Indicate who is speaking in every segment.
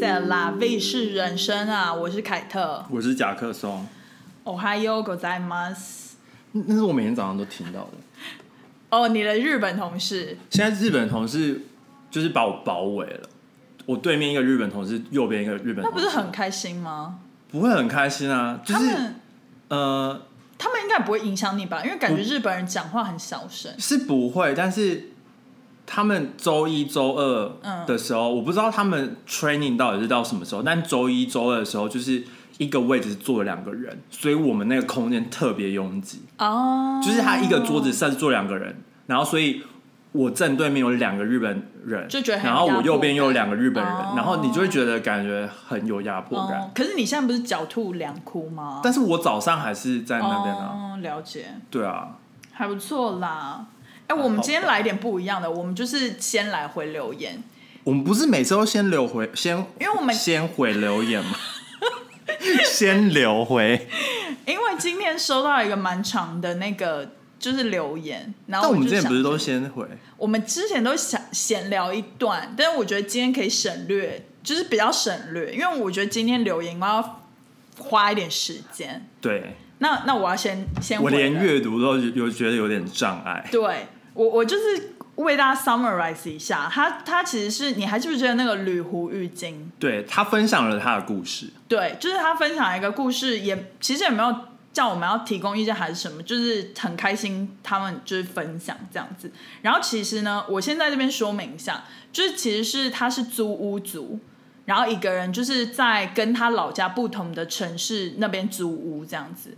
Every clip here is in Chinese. Speaker 1: 了啦！卫视人生啊，我是凯特。
Speaker 2: 我是夹克松，
Speaker 1: o h i o g o z a i m a s
Speaker 2: 那那是我每天早上都听到的。
Speaker 1: 哦，你的日本同事，
Speaker 2: 现在日本同事就是把我包围了，我对面一个日本同事，右边一个日本
Speaker 1: 那
Speaker 2: 同事，
Speaker 1: 不是很开心吗？
Speaker 2: 不会很开心啊？就
Speaker 1: 他
Speaker 2: 是
Speaker 1: 们
Speaker 2: 呃，
Speaker 1: 他们应该不会影响你吧？因为感觉日本人讲话很小声。
Speaker 2: 是不会，但是他们周一周二
Speaker 1: 嗯
Speaker 2: 的时候，我不知道他们 training 到底是到什么时候，但周一周二的时候就是。一个位置坐了两个人，所以我们那个空间特别拥挤。
Speaker 1: 哦，
Speaker 2: 就是他一个桌子上是坐两个人，然后所以我正对面有两个日本人，
Speaker 1: 就觉得很
Speaker 2: 然后
Speaker 1: 有压
Speaker 2: 我
Speaker 1: 迫
Speaker 2: 右边又有两个日本人，
Speaker 1: 感
Speaker 2: 然后你就会觉得感觉很有压迫感。
Speaker 1: 哦，可是你现在不是狡兔两窟吗？
Speaker 2: 但是我早上还是在那边啊，
Speaker 1: 哦，了解，
Speaker 2: 对啊，
Speaker 1: 还不错啦。哎、我们今天来一点不一样的，我们就是先来回留言，
Speaker 2: 我们不是每次都先留回先，
Speaker 1: 因为我们
Speaker 2: 先回留 言吗？先留回，
Speaker 1: 因为今天收到一个蛮长的那个就是留言，然后
Speaker 2: 但我们
Speaker 1: 就
Speaker 2: 之前不是
Speaker 1: 想
Speaker 2: 都先回？
Speaker 1: 我们之前都想闲聊一段，但是我觉得今天可以省略，就是比较省略，因为我觉得今天留言我要花一点时间。
Speaker 2: 对，
Speaker 1: 那那我要先先
Speaker 2: 我
Speaker 1: 回
Speaker 2: 连
Speaker 1: 了
Speaker 2: 阅读都有觉得有点障碍。
Speaker 1: 对我我就是为大家 summarize 一下，他他其实是你还记不记得那个旅湖浴巾？
Speaker 2: 对他分享了他的故事，
Speaker 1: 对，就是他分享一个故事，也其实也没有叫我们要提供意见还是什么，就是很开心他们就是分享这样子。然后其实呢，我先在这边说明一下，就是其实是他是租屋族，然后一个人就是在跟他老家不同的城市那边租屋这样子。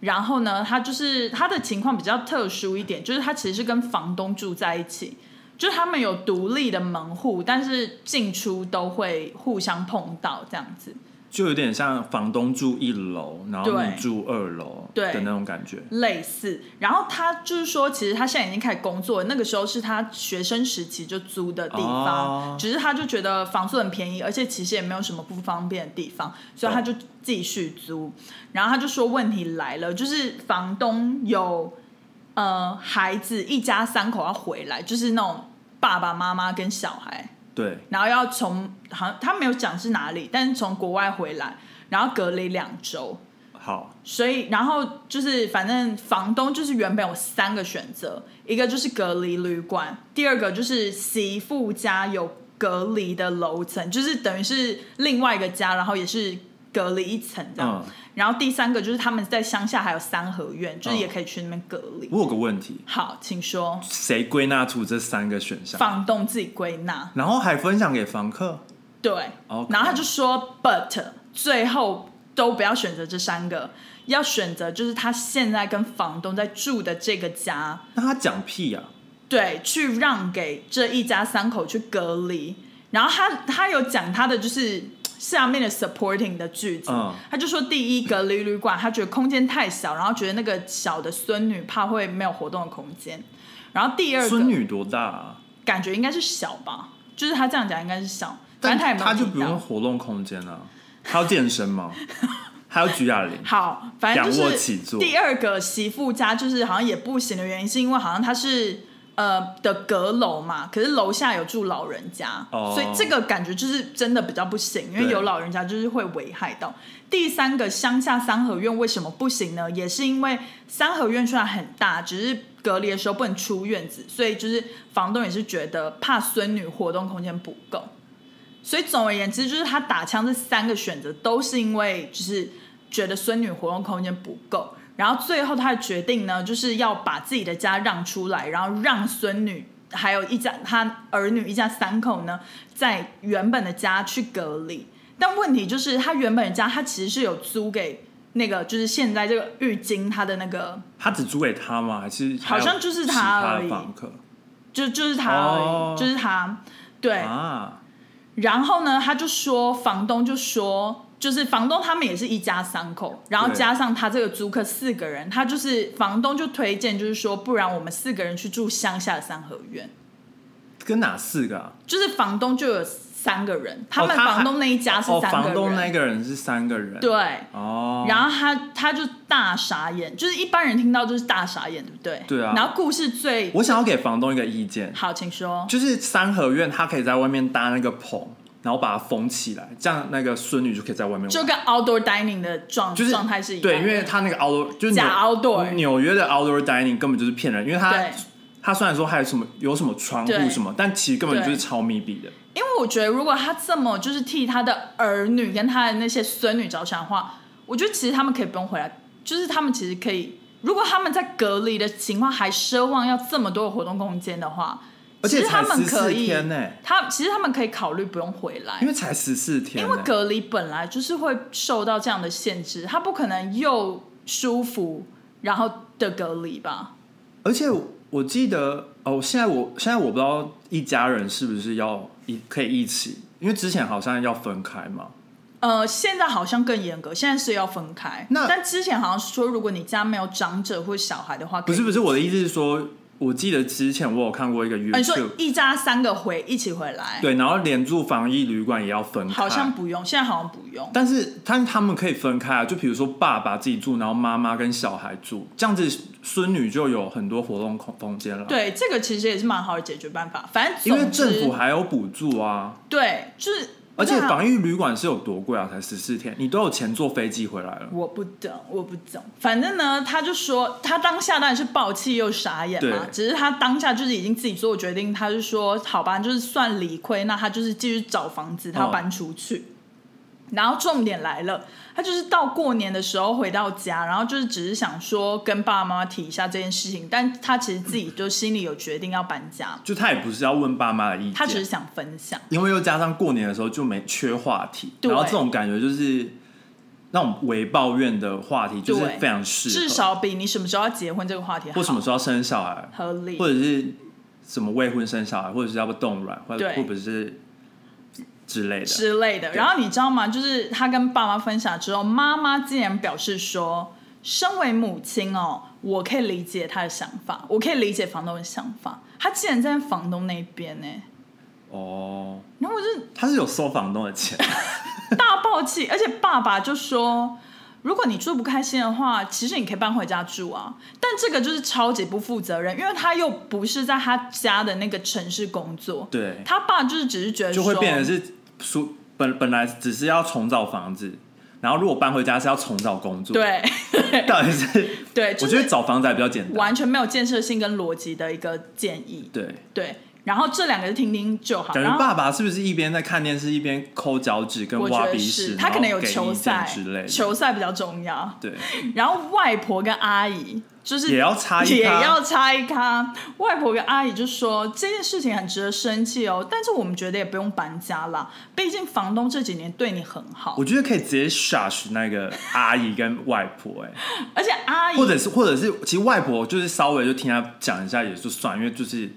Speaker 1: 然后呢，他就是他的情况比较特殊一点，就是他其实是跟房东住在一起，就是他们有独立的门户，但是进出都会互相碰到这样子。
Speaker 2: 就有点像房东住一楼，然后你
Speaker 1: 对
Speaker 2: 住二楼
Speaker 1: 对
Speaker 2: 的那种感觉。
Speaker 1: 类似。然后他就是说，其实他现在已经开始工作了，那个时候是他学生时期就租的地方，
Speaker 2: 哦
Speaker 1: 只是他就觉得房租很便宜，而且其实也没有什么不方便的地方，所以他就继续租。然后他就说，问题来了，就是房东有呃孩子一家三口要回来，就是那种爸爸妈妈跟小孩。
Speaker 2: 对，
Speaker 1: 然后要从好像他没有讲是哪里，但是从国外回来，然后隔离两周，
Speaker 2: 好，
Speaker 1: 所以，然后就是，反正房东就是原本有三个选择，一个就是隔离旅馆，第二个就是媳妇家有隔离的楼层，就是等于是另外一个家，然后也是隔离一层这样。
Speaker 2: 嗯，
Speaker 1: 然后第三个就是他们在乡下还有三合院，就是也可以去那边隔离。
Speaker 2: 我有个问题，
Speaker 1: 好，请说，
Speaker 2: 谁归纳出这三个选项？
Speaker 1: 房东自己归纳。
Speaker 2: 然后还分享给房客，
Speaker 1: 对
Speaker 2: OK
Speaker 1: 然后他就说，but 最后都不要选择这三个，要选择就是他现在跟房东在住的这个家，
Speaker 2: 那他讲屁啊呀、
Speaker 1: 对，去让给这一家三口去隔离。然后他他有讲他的就是下面的 supporting 的句子，
Speaker 2: 嗯
Speaker 1: 他就说第一隔离旅馆，他觉得空间太小，然后觉得那个小的孙女怕会没有活动的空间。然后第二
Speaker 2: 孙
Speaker 1: 个
Speaker 2: 女多大、啊？
Speaker 1: 感觉应该是小吧，就是他这样讲应该是小，反
Speaker 2: 但
Speaker 1: 正他也没有
Speaker 2: 他就
Speaker 1: 提
Speaker 2: 不
Speaker 1: 到
Speaker 2: 用活动空间啊，他要健 身吗？还要举哑铃？
Speaker 1: 好，反正
Speaker 2: 仰卧
Speaker 1: 就
Speaker 2: 起
Speaker 1: 是
Speaker 2: 坐
Speaker 1: 第二个媳妇家就是好像也不行的原因，是因为好像她是呃的阁楼嘛，可是楼下有住老人家，
Speaker 2: 哦
Speaker 1: 所以这个感觉就是真的比较不行，因为
Speaker 2: 对
Speaker 1: 有老人家就是会危害到。第三个乡下三合院为什么不行呢？也是因为三合院虽然很大，只是隔离的时候不能出院子，所以就是房东也是觉得怕孙女活动空间不够。所以总而言之，就是他打枪这三个选择都是因为就是觉得孙女活动空间不够，然后最后他的决定呢，就是要把自己的家让出来，然后让孙女还有一家他儿女一家三口呢，在原本的家去隔离。但问题就是，他原本的家他其实是有租给那个，就是现在这个浴巾他的那个，
Speaker 2: 他只租给他吗？还是
Speaker 1: 好像就是他
Speaker 2: 他
Speaker 1: 而
Speaker 2: 的
Speaker 1: 已
Speaker 2: 房客
Speaker 1: 就就是他而已，
Speaker 2: 哦
Speaker 1: 就是他，对。
Speaker 2: 啊？
Speaker 1: 然后呢，他就说房东就说，就是房东他们也是一家三口，然后
Speaker 2: 对
Speaker 1: 加上他这个租客四个人，他就是房东就推荐，就是说，不然我们四个人去住乡下的三合院，
Speaker 2: 跟哪四个啊？
Speaker 1: 就是房东就有三个人，他们
Speaker 2: 哦他还
Speaker 1: 房东那一家是
Speaker 2: 哦，
Speaker 1: 三个人，
Speaker 2: 房东那个人是三个人，
Speaker 1: 对。
Speaker 2: 哦，
Speaker 1: 然后他他就大傻眼，就是一般人听到就是大傻眼，对不对？
Speaker 2: 对啊
Speaker 1: 然后故事最
Speaker 2: 我想要给房东一个意见，
Speaker 1: 好，请说。
Speaker 2: 就是三合院，它可以在外面搭那个棚，然后把它封起来，这样那个孙女就可以在外面玩。
Speaker 1: 就跟 outdoor dining 的状
Speaker 2: 就是
Speaker 1: 状态是一样的。
Speaker 2: 对，因为他那个 outdoor 就是
Speaker 1: 假
Speaker 2: 纽
Speaker 1: outdoor
Speaker 2: 纽约的 outdoor dining 根本就是骗人，因为他
Speaker 1: 对
Speaker 2: 他虽然说还有什么有什么窗户
Speaker 1: 对
Speaker 2: 什么，但其实根本就
Speaker 1: 对
Speaker 2: 是超密闭的。
Speaker 1: 因为我觉得，如果他这么就是替他的儿女跟他的那些孙女着想的话，我觉得其实他们可以不用回来，就是他们其实可以，如果他们在隔离的情况还奢望要这么多的活动空间的话，
Speaker 2: 而且
Speaker 1: 其实他
Speaker 2: 才
Speaker 1: 们
Speaker 2: 十
Speaker 1: 可
Speaker 2: 四
Speaker 1: 以，
Speaker 2: 天呢、
Speaker 1: 他其实他们可以考虑不用回来，
Speaker 2: 因为才十四天、
Speaker 1: 因
Speaker 2: 欸，
Speaker 1: 为隔离本来就是会受到这样的限制，他不可能又舒服然后的隔离吧？
Speaker 2: 而且我记得哦，现在我现在我不知道一家人是不是要一可以一起，因为之前好像要分开嘛。
Speaker 1: 呃，现在好像更严格，现在是要分开。
Speaker 2: 那
Speaker 1: 但之前好像说，如果你家没有长者或小孩的话，
Speaker 2: 不是
Speaker 1: 可以
Speaker 2: 不是，我的意思是说，我记得之前我有看过一个
Speaker 1: 呃你说
Speaker 2: YouTube，、
Speaker 1: 一家三个回一起回来，
Speaker 2: 对，然后连住防疫旅馆也要分开，
Speaker 1: 好像不用，现在好像不用。
Speaker 2: 但是但他们可以分开啊，就比如说爸爸自己住，然后妈妈跟小孩住，这样子孙女就有很多活动空空间了。，
Speaker 1: 对，这个其实也是蛮好的解决办法。反正
Speaker 2: 因为
Speaker 1: 总之
Speaker 2: 政府还有补助啊，
Speaker 1: 对，就是
Speaker 2: 而且
Speaker 1: 那
Speaker 2: 防疫旅馆是有多贵啊，才十四天，你都有钱坐飞机回来了。
Speaker 1: 我不懂，我不懂。反正呢，他就说他当下当然是暴气又傻眼嘛
Speaker 2: 对，
Speaker 1: 只是他当下就是已经自己做决定，他就说好吧，就是算理亏，那他就是继续找房子，他要
Speaker 2: 哦
Speaker 1: 搬出去。然后重点来了，他就是到过年的时候回到家，然后就是只是想说跟爸爸妈妈提一下这件事情，但他其实自己就心里有决定要搬家，
Speaker 2: 就他也不是要问爸妈的意见，
Speaker 1: 他只是想分享。
Speaker 2: 因为又加上过年的时候就没缺话题，
Speaker 1: 对
Speaker 2: 然后这种感觉就是那种微抱怨的话题，就是
Speaker 1: 对
Speaker 2: 非常适合，
Speaker 1: 至少比你什么时候要结婚这个话题
Speaker 2: 或什
Speaker 1: 好
Speaker 2: 么时候要生小孩，
Speaker 1: 合理，
Speaker 2: 或者是什么未婚生小孩，或者是要不冻卵，或者
Speaker 1: 对
Speaker 2: 或者是之类的。
Speaker 1: 之类的。然后你知道吗？就是他跟爸妈分享之后，妈妈竟然表示说，身为母亲哦，我可以理解他的想法，我可以理解房东的想法。他竟然站在房东那边呢，
Speaker 2: 哦，
Speaker 1: 然后我就
Speaker 2: 他是有收房东 的钱，
Speaker 1: 大爆气，而且爸爸就说。如果你住不开心的话，其实你可以搬回家住啊。但这个就是超级不负责任，因为他又不是在他家的那个城市工作。
Speaker 2: 对，
Speaker 1: 他爸就是只是觉得
Speaker 2: 就会
Speaker 1: 说
Speaker 2: 变成是说本本来只是要重找房子，然后如果搬回家是要重找工作，，
Speaker 1: 对
Speaker 2: 到底是
Speaker 1: 对， 就
Speaker 2: 我觉
Speaker 1: 是
Speaker 2: 得找房子还比较简单，
Speaker 1: 完全没有建设性跟逻辑的一个建议。
Speaker 2: 对。
Speaker 1: 对，然后这两个就听听就好。
Speaker 2: 感
Speaker 1: 然
Speaker 2: 觉
Speaker 1: 后
Speaker 2: 爸爸是不是一边在看电视一边抠脚趾跟
Speaker 1: 我觉
Speaker 2: 挖
Speaker 1: 得
Speaker 2: 鼻
Speaker 1: 是
Speaker 2: 屎？
Speaker 1: 他可能有球
Speaker 2: 然
Speaker 1: 赛
Speaker 2: 后给意见之类，的，
Speaker 1: 球赛比较重要。
Speaker 2: 对，
Speaker 1: 然后外婆跟阿姨就是
Speaker 2: 也要插一咖
Speaker 1: 也要插一咖。外婆跟阿姨就说这件事情很值得生气哦，但是我们觉得也不用搬家啦，毕竟房东这几年对你很好
Speaker 2: 我，觉得可以直接 shush 那个阿姨跟外婆、哎，
Speaker 1: 而且阿姨
Speaker 2: 或者是或者是，其实外婆就是稍微就听她讲一下也就算，因为就是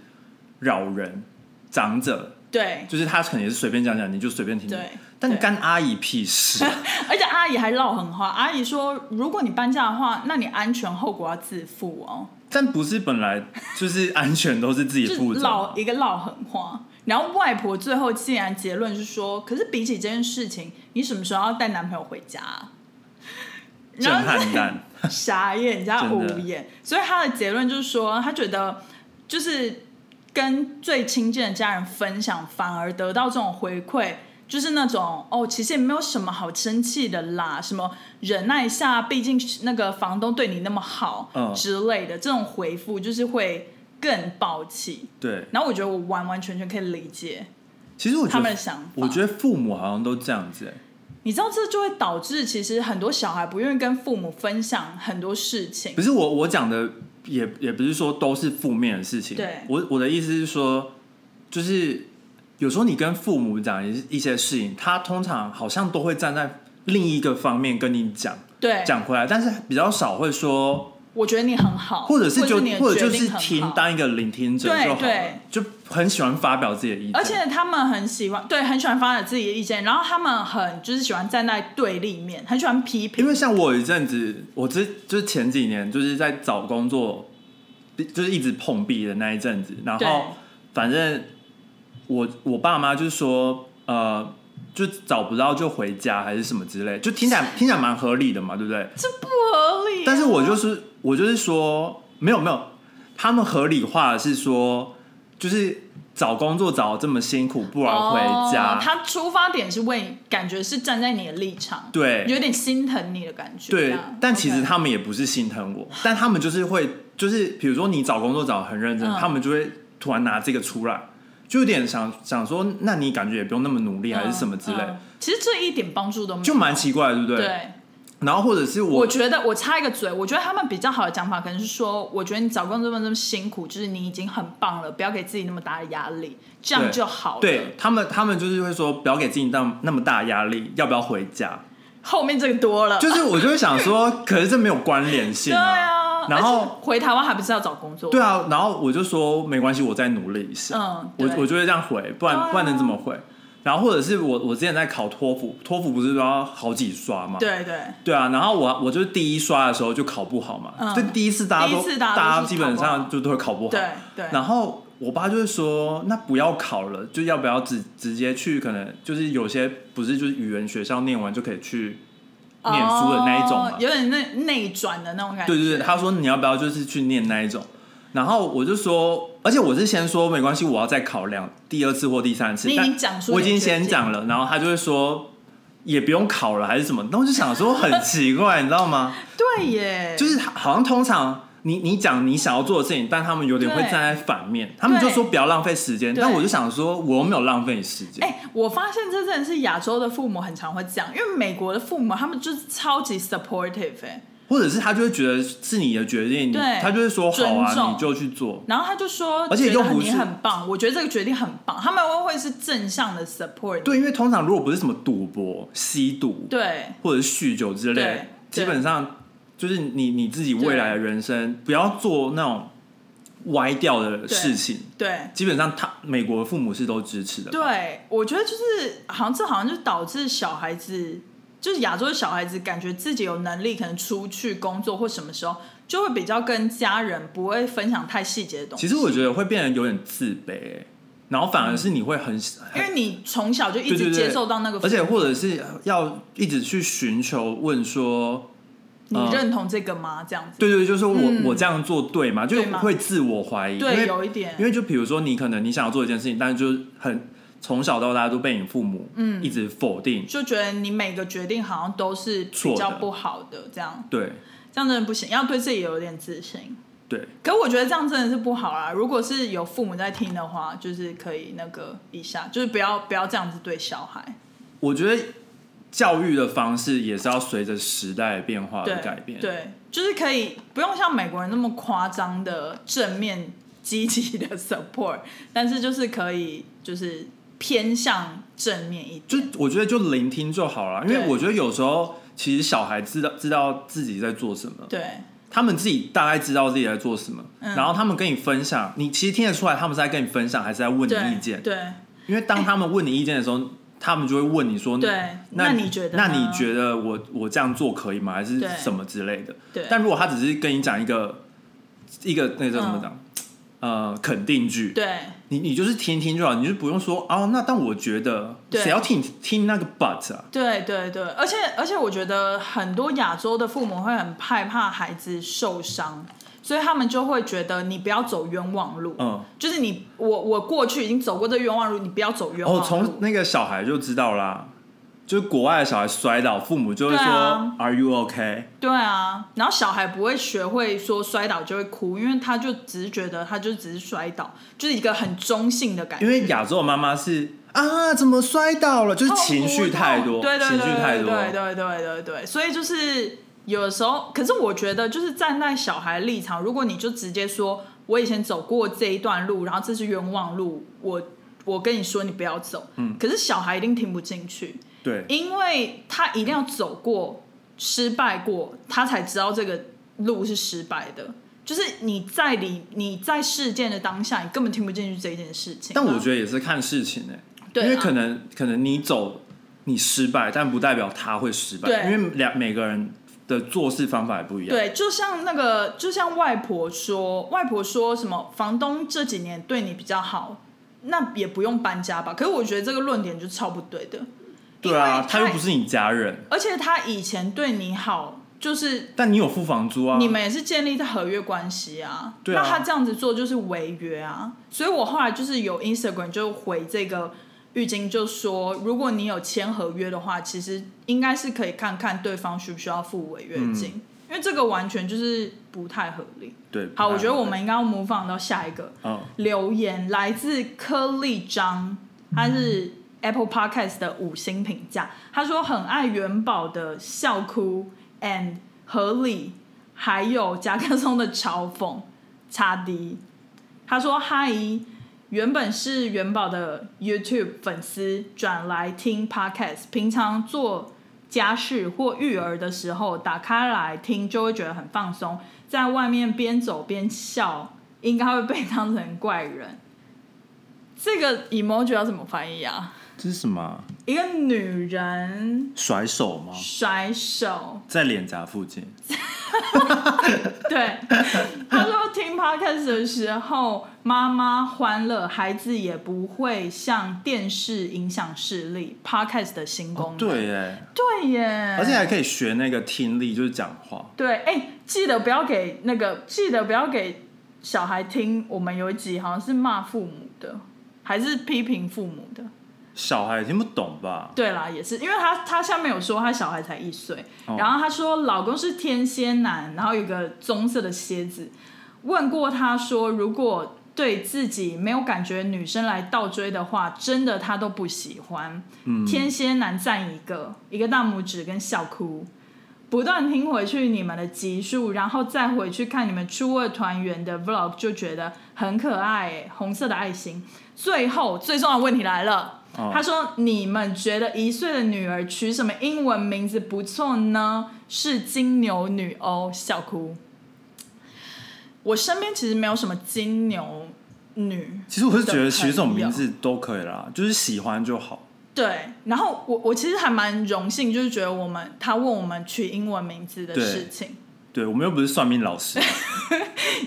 Speaker 2: 扰人，长者
Speaker 1: 对
Speaker 2: 就是她可能也是随便讲讲，你就随便听听
Speaker 1: 对。
Speaker 2: 但
Speaker 1: 对
Speaker 2: 干阿姨屁 事，
Speaker 1: 而且阿姨还唠狠话，阿姨说如果你搬家的话，那你安全后果要自负哦。
Speaker 2: 但不是本来就是安全都是自己负
Speaker 1: 就是
Speaker 2: 责
Speaker 1: 唠
Speaker 2: 吗，
Speaker 1: 一个唠狠话。然后外婆最后竟然结论是说，可是比起这件事情，你什么时候要带男朋友回家、啊？
Speaker 2: 震
Speaker 1: 然后
Speaker 2: 撼弹。
Speaker 1: 傻眼加
Speaker 2: 真的
Speaker 1: 无言，所以他的结论就是说，他觉得就是跟最亲近的家人分享，反而得到这种回馈，就是那种哦，其实也没有什么好生气的啦，什么忍耐一下，毕竟那个房东对你那么好、
Speaker 2: 嗯
Speaker 1: 之类的，这种回复就是会更爆气。
Speaker 2: 对，
Speaker 1: 然后我觉得我完完全全可以理解
Speaker 2: 其实我
Speaker 1: 他
Speaker 2: 觉
Speaker 1: 们的
Speaker 2: 得，
Speaker 1: 想法。
Speaker 2: 我觉得父母好像都这样子、哎
Speaker 1: 你知道这就会导致其实很多小孩不愿意跟父母分享很多事情
Speaker 2: 不。是我我讲的也也不是说都是负面的事情，
Speaker 1: 对
Speaker 2: 我我的意思是说，就是有时候你跟父母讲一一些事情，他通常好像都会站在另一个方面跟你讲
Speaker 1: 对，
Speaker 2: 讲回来，但是比较少会说，
Speaker 1: 我觉得你很好，
Speaker 2: 或者是就
Speaker 1: 你的
Speaker 2: 或者
Speaker 1: 决
Speaker 2: 就
Speaker 1: 定
Speaker 2: 是
Speaker 1: 很好
Speaker 2: 听当一个聆听者
Speaker 1: 对
Speaker 2: 就好了
Speaker 1: 对，
Speaker 2: 就很喜欢发表自己的意见，
Speaker 1: 而且他们很喜欢，对，很喜欢发表自己的意见，然后他们很就是喜欢站在对立面，很喜欢批
Speaker 2: 因
Speaker 1: 评。
Speaker 2: 为像我有一阵子，我之就是前几年就是在找工作，就是一直碰壁的那一阵子，然
Speaker 1: 对
Speaker 2: 后反正我我爸妈就说呃，就找不到就回家还是什么之类，就听起来听起来蛮合理的嘛，对不对？
Speaker 1: 这不合理啊、
Speaker 2: 但是我就是我就是说没有没有，他们合理化的是说就是找工作找得这么辛苦，不然回家。
Speaker 1: 哦他出发点是为，感觉是站在你的立场，
Speaker 2: 对
Speaker 1: 有点心疼你的感觉。这
Speaker 2: 对
Speaker 1: 样，
Speaker 2: 但其实
Speaker 1: OK
Speaker 2: 他们也不是心疼 我，但他们就是会，就是比如说你找工作找得很认真，
Speaker 1: 嗯
Speaker 2: 他们就会突然拿这个出来，就有点想想说，那你感觉也不用那么努力，还是什么之类，
Speaker 1: 嗯嗯其实这一点帮助都没有，
Speaker 2: 就蛮奇怪的，对不对？
Speaker 1: 对。
Speaker 2: 然后或者是
Speaker 1: 我
Speaker 2: 我，
Speaker 1: 觉得我插一个嘴，我觉得他们比较好的讲法可能是说，我觉得你找工作这么这么辛苦，就是你已经很棒了，不要给自己那么大的压力，这样
Speaker 2: 对
Speaker 1: 就好了。
Speaker 2: 对他们，他们就是会说，不要给自己那那么大压力，要不要回家？
Speaker 1: 后面这个多了，
Speaker 2: 就是我就会想说，可是这没有关联 性
Speaker 1: 对啊。
Speaker 2: 然
Speaker 1: 而且
Speaker 2: 后
Speaker 1: 回台湾还不是要找工作？
Speaker 2: 对啊，然后我就说没关系，我再努力一下。
Speaker 1: 嗯
Speaker 2: 我
Speaker 1: 对
Speaker 2: 我就会这样回，不然
Speaker 1: 对啊
Speaker 2: 不然能怎么回？然后或者是我我之前在考托福，托福不是都要好几刷嘛？
Speaker 1: 对对
Speaker 2: 对啊，然后我我就是第一刷的时候就考不好嘛，
Speaker 1: 嗯
Speaker 2: 就第一次大家都
Speaker 1: 第一次大家都
Speaker 2: 大
Speaker 1: 是
Speaker 2: 基本上就都会考不好。
Speaker 1: 对对
Speaker 2: 然后我爸就会说，那不要考了，就要不要直直接去？可能就是有些不是就是语言学校念完就可以去念书的那一种嘛
Speaker 1: 哦，有点那内转的那种感觉。
Speaker 2: 对对对，他说你要不要就是去念那一种？然后我就说，而且我是先说没关系，我要再考量第二次或第三次。
Speaker 1: 你已经
Speaker 2: 但
Speaker 1: 讲出
Speaker 2: 我已
Speaker 1: 你的
Speaker 2: 经
Speaker 1: 决
Speaker 2: 先
Speaker 1: 定
Speaker 2: 讲了，然后他就会说也不用考了还是什么，那我就想说很奇怪，你知道吗？
Speaker 1: 对耶，
Speaker 2: 就是好像通常你你讲你想要做的事情，但他们有点会
Speaker 1: 对
Speaker 2: 站在反面，他们就
Speaker 1: 对
Speaker 2: 说不要浪费时间，
Speaker 1: 对
Speaker 2: 但我就想说我又没有浪费你时间。
Speaker 1: 哎、我发现这真的是亚洲的父母很常会这样，因为美国的父母他们就是超级 supportive 哎、
Speaker 2: 或者是他就会觉得是你的决定，你
Speaker 1: 对
Speaker 2: 他就会说好
Speaker 1: 尊重
Speaker 2: 啊，你就去做。
Speaker 1: 然后他就说，
Speaker 2: 而且
Speaker 1: 觉
Speaker 2: 又
Speaker 1: 得
Speaker 2: 不
Speaker 1: 你
Speaker 2: 是
Speaker 1: 很棒，我觉得这个决定很棒，他们会是正向的 support 你。
Speaker 2: 对，因为通常如果不是什么赌博、吸毒，
Speaker 1: 对
Speaker 2: 或者酗酒之类
Speaker 1: 对，
Speaker 2: 基本上就是你你自己未来的人生，不要做那种歪掉的事情。
Speaker 1: 对
Speaker 2: 基本上他美国的父母是都支持的，
Speaker 1: 对，我觉得就是好像这好像就导致小孩子，就是亚洲的小孩子感觉自己有能力，可能出去工作或什么时候，就会比较跟家人不会分享太细节的东西。
Speaker 2: 其实我觉得会变得有点自卑、然后反而是你会很，
Speaker 1: 因为你从小就一
Speaker 2: 对对
Speaker 1: 直
Speaker 2: 对
Speaker 1: 接受到那个，
Speaker 2: 而且或者是要一直去寻求问说，
Speaker 1: 你
Speaker 2: 嗯
Speaker 1: 认同这个吗？这样子，
Speaker 2: 对对，就是我、
Speaker 1: 嗯
Speaker 2: 我这样做对吗？就
Speaker 1: 对吗
Speaker 2: 会自我怀疑，因
Speaker 1: 对，
Speaker 2: 为
Speaker 1: 有一点，
Speaker 2: 因为就比如说，你可能你想要做一件事情，但是就是很从小到大都被你父母嗯一直否定，
Speaker 1: 就觉得你每个决定好像都是比
Speaker 2: 错
Speaker 1: 较
Speaker 2: 的
Speaker 1: 不好的，这样
Speaker 2: 对
Speaker 1: 这样真的不行，要对自己有点自信。
Speaker 2: 对，
Speaker 1: 可我觉得这样真的是不好啦。如果是有父母在听的话，就是可以那个一下，就是不要不要这样子对小孩。
Speaker 2: 我觉得教育的方式也是要随着时代的变化
Speaker 1: 对
Speaker 2: 而改变，
Speaker 1: 对，就是可以不用像美国人那么夸张的正面积极的 support，但是就是可以就是偏向正面一
Speaker 2: 就
Speaker 1: 点。
Speaker 2: 我觉得就聆听就好了，因为
Speaker 1: 对
Speaker 2: 我觉得有时候其实小孩知道知道自己在做什么，
Speaker 1: 对嗯
Speaker 2: 他们自己大概知道自己在做什么，然后他们跟你分享，你其实听得出来他们是在跟你分享，还是在问
Speaker 1: 对
Speaker 2: 你意见，
Speaker 1: 对
Speaker 2: 因为当他们问你意见的时候，他们就会问你说：“
Speaker 1: 对那
Speaker 2: 那
Speaker 1: 你觉得呢
Speaker 2: 那你觉得我我这样做可以吗？还是
Speaker 1: 对
Speaker 2: 什么之类的
Speaker 1: 对？”
Speaker 2: 但如果他只是跟你讲一个一个那个叫什
Speaker 1: 嗯
Speaker 2: 么讲、呃肯定句，
Speaker 1: 对
Speaker 2: 你你就是听听就好，你就不用说哦。那但我觉得
Speaker 1: 对
Speaker 2: 谁要听听那个 but 啊？
Speaker 1: 对对对，而且而且我觉得很多亚洲的父母会很害怕孩子受伤，所以他们就会觉得你不要走冤枉路。
Speaker 2: 嗯，
Speaker 1: 就是你我我过去已经走过这冤枉路，你不要走冤枉
Speaker 2: 哦
Speaker 1: 路。，
Speaker 2: 从那个小孩就知道啦，就是国外的小孩摔倒，父母就会说、
Speaker 1: 对啊
Speaker 2: Are you okay？
Speaker 1: 对啊，然后小孩不会学会说摔倒就会哭，因为他就只是觉得他就只是摔倒，就是一个很中性的感觉
Speaker 2: 因。为亚洲的妈妈是啊，怎么摔倒了？就是
Speaker 1: 痛
Speaker 2: 情绪太
Speaker 1: 苦
Speaker 2: 多，
Speaker 1: 哦对对对
Speaker 2: 情绪太
Speaker 1: 对
Speaker 2: 多，
Speaker 1: 对对对对对，所以就是有的时候，可是我觉得就是站在小孩立场，如果你就直接说我以前走过这一段路，然后这是冤枉路，我我跟你说你不要走，嗯，可是小孩一定听不进去，
Speaker 2: 对
Speaker 1: 因为他一定要走过失败过，他才知道这个路是失败的。就是你在里你在事件的当下，你根本听不进去这一件事情啊。
Speaker 2: 但我觉得也是看事情呢、欸
Speaker 1: 对啊
Speaker 2: 因为可能可能你走你失败，但不代表他会失败，
Speaker 1: 对
Speaker 2: 因为两每个人的做事方法也不一样。
Speaker 1: 对，就像那个，就像外婆说，外婆说什么房东这几年对你比较好，那也不用搬家吧。可是我觉得这个论点就超不对的，
Speaker 2: 对啊，
Speaker 1: 因为
Speaker 2: 他又不是你家人，
Speaker 1: 而且他以前对你好，就是
Speaker 2: 但你有付房租啊？
Speaker 1: 你们也是建立在合约关系啊。
Speaker 2: 对啊
Speaker 1: 那他这样子做就是违约啊。所以我后来就是有 Instagram 就回这个浴巾，就说如果你有签合约的话，其实应该是可以看看对方需不需要付违约金，
Speaker 2: 嗯
Speaker 1: 因为这个完全就是不太合理。
Speaker 2: 对，
Speaker 1: 好，
Speaker 2: 不太
Speaker 1: 我觉得我们应该要模仿到下一个
Speaker 2: 嗯
Speaker 1: 留言，来自柯立章，他是 Apple Podcast 的五星评价，他说很爱元宝的笑哭 and 合理，还有夹克松的嘲讽，差低。他说嗨，原本是元宝的 YouTube 粉丝，转来听 Podcast，平常做家事或育儿的时候打开来听，就会觉得很放松，在外面边走边笑，应该会被当成怪人。这个 emoji 要怎么翻译啊？
Speaker 2: 这是什么啊
Speaker 1: 一个女人
Speaker 2: 甩手吗？
Speaker 1: 甩手，
Speaker 2: 在脸颊附近，
Speaker 1: 对，他说听 podcast 的时候，妈妈欢乐，孩子也不会像电视影响视力。podcast 的新功能，
Speaker 2: 对耶，
Speaker 1: 对耶，
Speaker 2: 而且还可以学那个听力，就是讲话。
Speaker 1: 对，哎、记得不要给那个，记得不要给小孩听。我们有一集好像是骂父母的，还是批评父母的。
Speaker 2: 小孩也听不懂吧？
Speaker 1: 对啦，也是，因为他他下面有说他小孩才一岁，
Speaker 2: 哦
Speaker 1: 然后他说老公是天蝎男，然后有个棕色的蝎子。问过他说，如果对自己没有感觉，女生来倒追的话，真的他都不喜欢。天蝎男占一个，一个大拇指跟笑哭。不断听回去你们的集数，然后再回去看你们初二团圆的 vlog，就觉得很可爱、欸，红色的爱心。最后最重要的问题来了，
Speaker 2: 哦
Speaker 1: 他说：“你们觉得一岁的女儿取什么英文名字不错呢？是金牛女哦，笑哭。我身边其实没有什么金牛女，
Speaker 2: 其实我是觉得，其实这种名
Speaker 1: 哦
Speaker 2: 字都可以啦，就是喜欢就好。
Speaker 1: 对，然后我我其实还蛮荣幸，就是觉得我们他问我们取英文名字的
Speaker 2: 对
Speaker 1: 事情，
Speaker 2: 对我们又不是算命老师，啊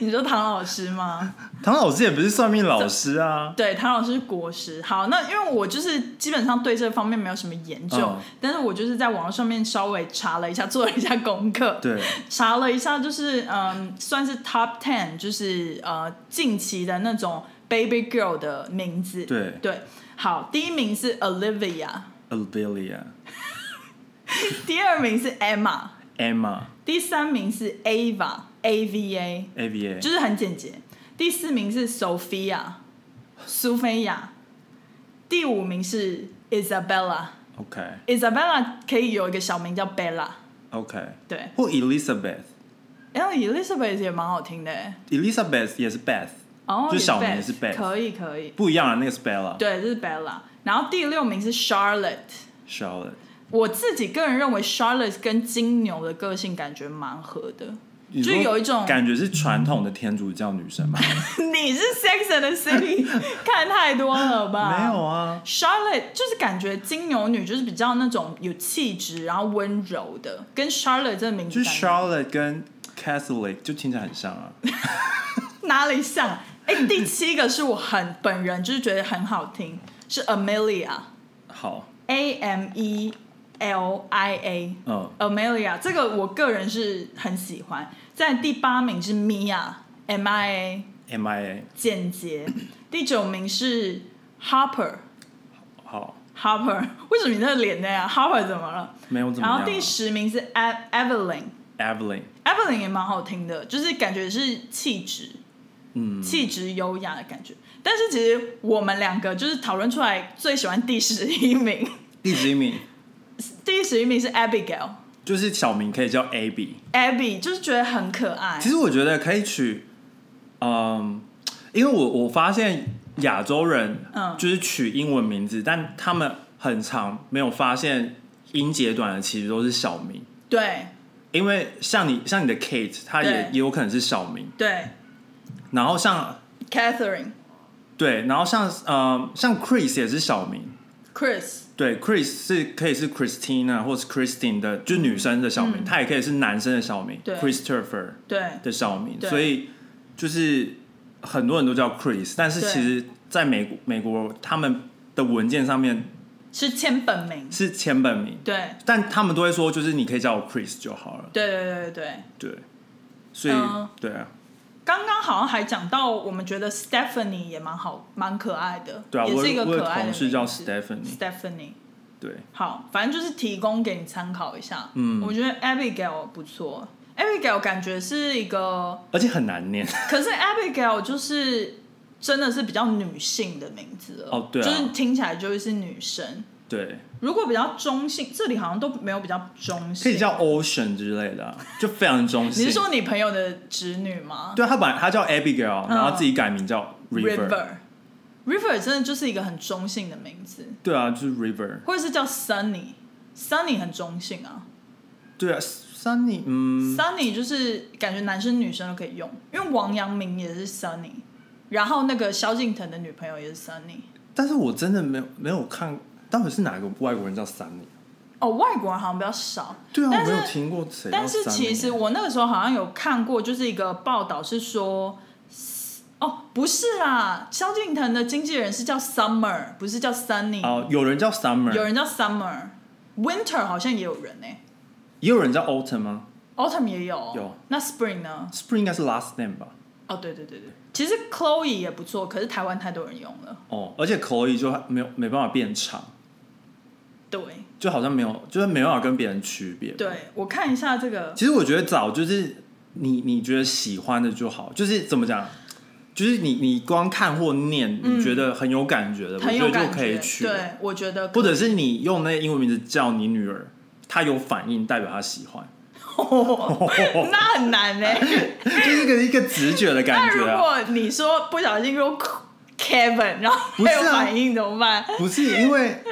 Speaker 1: 你说唐老师吗？
Speaker 2: 唐老师也不是算命老师啊。
Speaker 1: 对，唐老师是国师。好，那因为我就是基本上对这方面没有什么研究，
Speaker 2: 嗯
Speaker 1: 但是我就是在网络上面稍微查了一下，做了一下功课，
Speaker 2: 对，
Speaker 1: 查了一下，就是嗯，算是 top ten，就是呃近期的那种 baby girl 的名字。
Speaker 2: 对
Speaker 1: 对，好，第一名是 Olivia，
Speaker 2: Olivia、
Speaker 1: 第二名是 Emma，
Speaker 2: Emma、
Speaker 1: 第三名是 Ava，AVA，就
Speaker 2: Ava、
Speaker 1: 是很简洁。第四名是 Sophia，苏菲亚。第五名是 Isabella，Isabella
Speaker 2: OK、
Speaker 1: 可以有一个小名叫 Bella，
Speaker 2: OK，
Speaker 1: 对。
Speaker 2: 或 Elizabeth、
Speaker 1: 然后 Elizabeth 也蛮好听的欸，
Speaker 2: Elizabeth 也是 Beth，
Speaker 1: 哦，
Speaker 2: 就
Speaker 1: 也
Speaker 2: 小名是 Beth
Speaker 1: 可以可以。
Speaker 2: 不一样啊，那个是 Bella。
Speaker 1: 对，这是 Bella。然后第六名是 Charlotte。
Speaker 2: Charlotte，
Speaker 1: 我自己个人认为 Charlotte 跟金牛的个性感觉蛮合的。
Speaker 2: 你
Speaker 1: 就
Speaker 2: 说
Speaker 1: 有一种
Speaker 2: 感觉是传统的天主教女生吗？
Speaker 1: 你是 Sex and the City 看太多了吧？
Speaker 2: 没有。啊，
Speaker 1: Charlotte 就是感觉金牛女就是比较那种有气质，然后温柔的，跟 Charlotte 这个名字
Speaker 2: 就是
Speaker 1: 感觉
Speaker 2: Charlotte 跟 Catholic 就听起来很像啊。
Speaker 1: 哪里像啊？哎，第七个是我很本人就是觉得很好听，是 Amelia，A
Speaker 2: 好，
Speaker 1: M E L I A。
Speaker 2: 嗯，
Speaker 1: Amelia，这个我个人是很喜欢。在第八名是 Mia，M I A
Speaker 2: M I A，
Speaker 1: 简洁。第九名是 Harper，Harper，
Speaker 2: 好，
Speaker 1: 为什么你那个脸那样？Harper 怎么了？
Speaker 2: 没有怎么
Speaker 1: 然
Speaker 2: 样啊。
Speaker 1: 后第十名是 E- Evelyn，Evelyn
Speaker 2: Evelyn，
Speaker 1: 也蛮好听的，就是感觉是气质，
Speaker 2: 嗯，
Speaker 1: 气质优雅的感觉。但是其实我们两个就是讨论出来最喜欢第十一名，
Speaker 2: 第十一名
Speaker 1: 第十一名是 Abigail。
Speaker 2: 就是小名可以叫 Abby。
Speaker 1: Abby 就是觉得很可爱，
Speaker 2: 其实我觉得可以取，嗯，因为我我发现亚洲人，
Speaker 1: 嗯
Speaker 2: 就是取英文名字，但他们很常没有发现音节短的其实都是小名，
Speaker 1: 对
Speaker 2: 因为像你像你的 Kate，她也
Speaker 1: 对
Speaker 2: 也有可能是小名，
Speaker 1: 对
Speaker 2: 然后像
Speaker 1: ，Catherine、
Speaker 2: 对，然后像呃像 Chris 也是小名。
Speaker 1: Chris，
Speaker 2: 对，Chris 是可以是 Christina 或是 Christine 的，就女生的小名，她也可以是男生的小名
Speaker 1: 嗯对
Speaker 2: ，Christopher
Speaker 1: 对
Speaker 2: 的小名，
Speaker 1: 对
Speaker 2: 所以就是很多人都叫 Chris，但是
Speaker 1: 对
Speaker 2: 其实在美国美国他们的文件上面
Speaker 1: 是签本名，
Speaker 2: 是前本名，
Speaker 1: 对
Speaker 2: 但他们都会说，就是你可以叫我 Chris 就好了。
Speaker 1: 对对对对对。
Speaker 2: 对，所以、
Speaker 1: 嗯
Speaker 2: 对啊，
Speaker 1: 刚刚好像还讲到，我们觉得 Stephanie 也蛮好，蛮可爱的，
Speaker 2: 对啊，
Speaker 1: 也
Speaker 2: 我
Speaker 1: 是一个
Speaker 2: 有我有
Speaker 1: 可爱的
Speaker 2: 同
Speaker 1: 名字
Speaker 2: 事叫 Stephanie，
Speaker 1: Stephanie。
Speaker 2: 对，
Speaker 1: 好，反正就是提供给你参考一下。
Speaker 2: 嗯
Speaker 1: 我觉得 Abigail 不错，Abigail 感觉是一个，
Speaker 2: 而且很难念。
Speaker 1: 可是 Abigail 就是真的是比较女性的名字了。
Speaker 2: 哦对啊
Speaker 1: 就是听起来就会是女生。
Speaker 2: 对，
Speaker 1: 如果比较中性，这里好像都没有比较中性。
Speaker 2: 可以叫 Ocean 之类的啊、就非常中性。
Speaker 1: 你是说你朋友的侄女吗
Speaker 2: 对啊，他本来他叫
Speaker 1: 嗯
Speaker 2: Abigail，然后自己改名叫 River。
Speaker 1: River 真的就是一个很中性的名字。
Speaker 2: 对啊，就是 River。
Speaker 1: 或者是叫 Sunny，Sunny 很中性啊、
Speaker 2: 对啊，Sunny，嗯，
Speaker 1: s u n n y 就是感觉男生女生都可以用，因为王阳明也是 Sunny，然后那个萧敬腾的女朋友也是 Sunny。
Speaker 2: 但是我真的没有没有看，到底是哪个外国人叫 Sunny？
Speaker 1: 哦，外国人好像比较少，
Speaker 2: 对啊，
Speaker 1: 但
Speaker 2: 我
Speaker 1: 是
Speaker 2: 没有听过谁叫 Sunny。欸
Speaker 1: 但是其实我那个时候好像有看过，就是一个报道是说，哦，不是啦，萧敬腾的经纪人是叫 Summer，不是叫 Sunny，、
Speaker 2: 哦、有人叫 Summer，
Speaker 1: 有人叫 Summer，Winter 好像也有人呢、欸
Speaker 2: 也有人叫 Autumn 吗
Speaker 1: Autumn 也有，
Speaker 2: 有
Speaker 1: 那 Spring 呢？
Speaker 2: ？Spring 应该是 last name 吧？
Speaker 1: 哦，对对对对，其实 Chloe 也不错，可是台湾太多人用了。
Speaker 2: 哦，而且 Chloe 就没有没办法变长，
Speaker 1: 对
Speaker 2: 就好像没有，就是没办法跟别人区别。，
Speaker 1: 对，我看一下这个，
Speaker 2: 其实我觉得早就是你你觉得喜欢的就好，就是怎么讲，就是你你光看或念，
Speaker 1: 嗯
Speaker 2: 你觉得很有感觉的，我
Speaker 1: 很
Speaker 2: 觉
Speaker 1: 有
Speaker 2: 得
Speaker 1: 感
Speaker 2: 就
Speaker 1: 觉。
Speaker 2: 可以取。
Speaker 1: 对，我觉得
Speaker 2: 或者是你用那个英文名字叫你女儿，她有反应，代表她 喜欢，
Speaker 1: 那很难呢、欸
Speaker 2: 就是一个一个直觉的
Speaker 1: 那
Speaker 2: 感
Speaker 1: 如
Speaker 2: 觉啊。
Speaker 1: 果你说不小心说 Kevin，然后
Speaker 2: 不
Speaker 1: 没
Speaker 2: 是啊
Speaker 1: 有反应怎么办？
Speaker 2: 不是因为，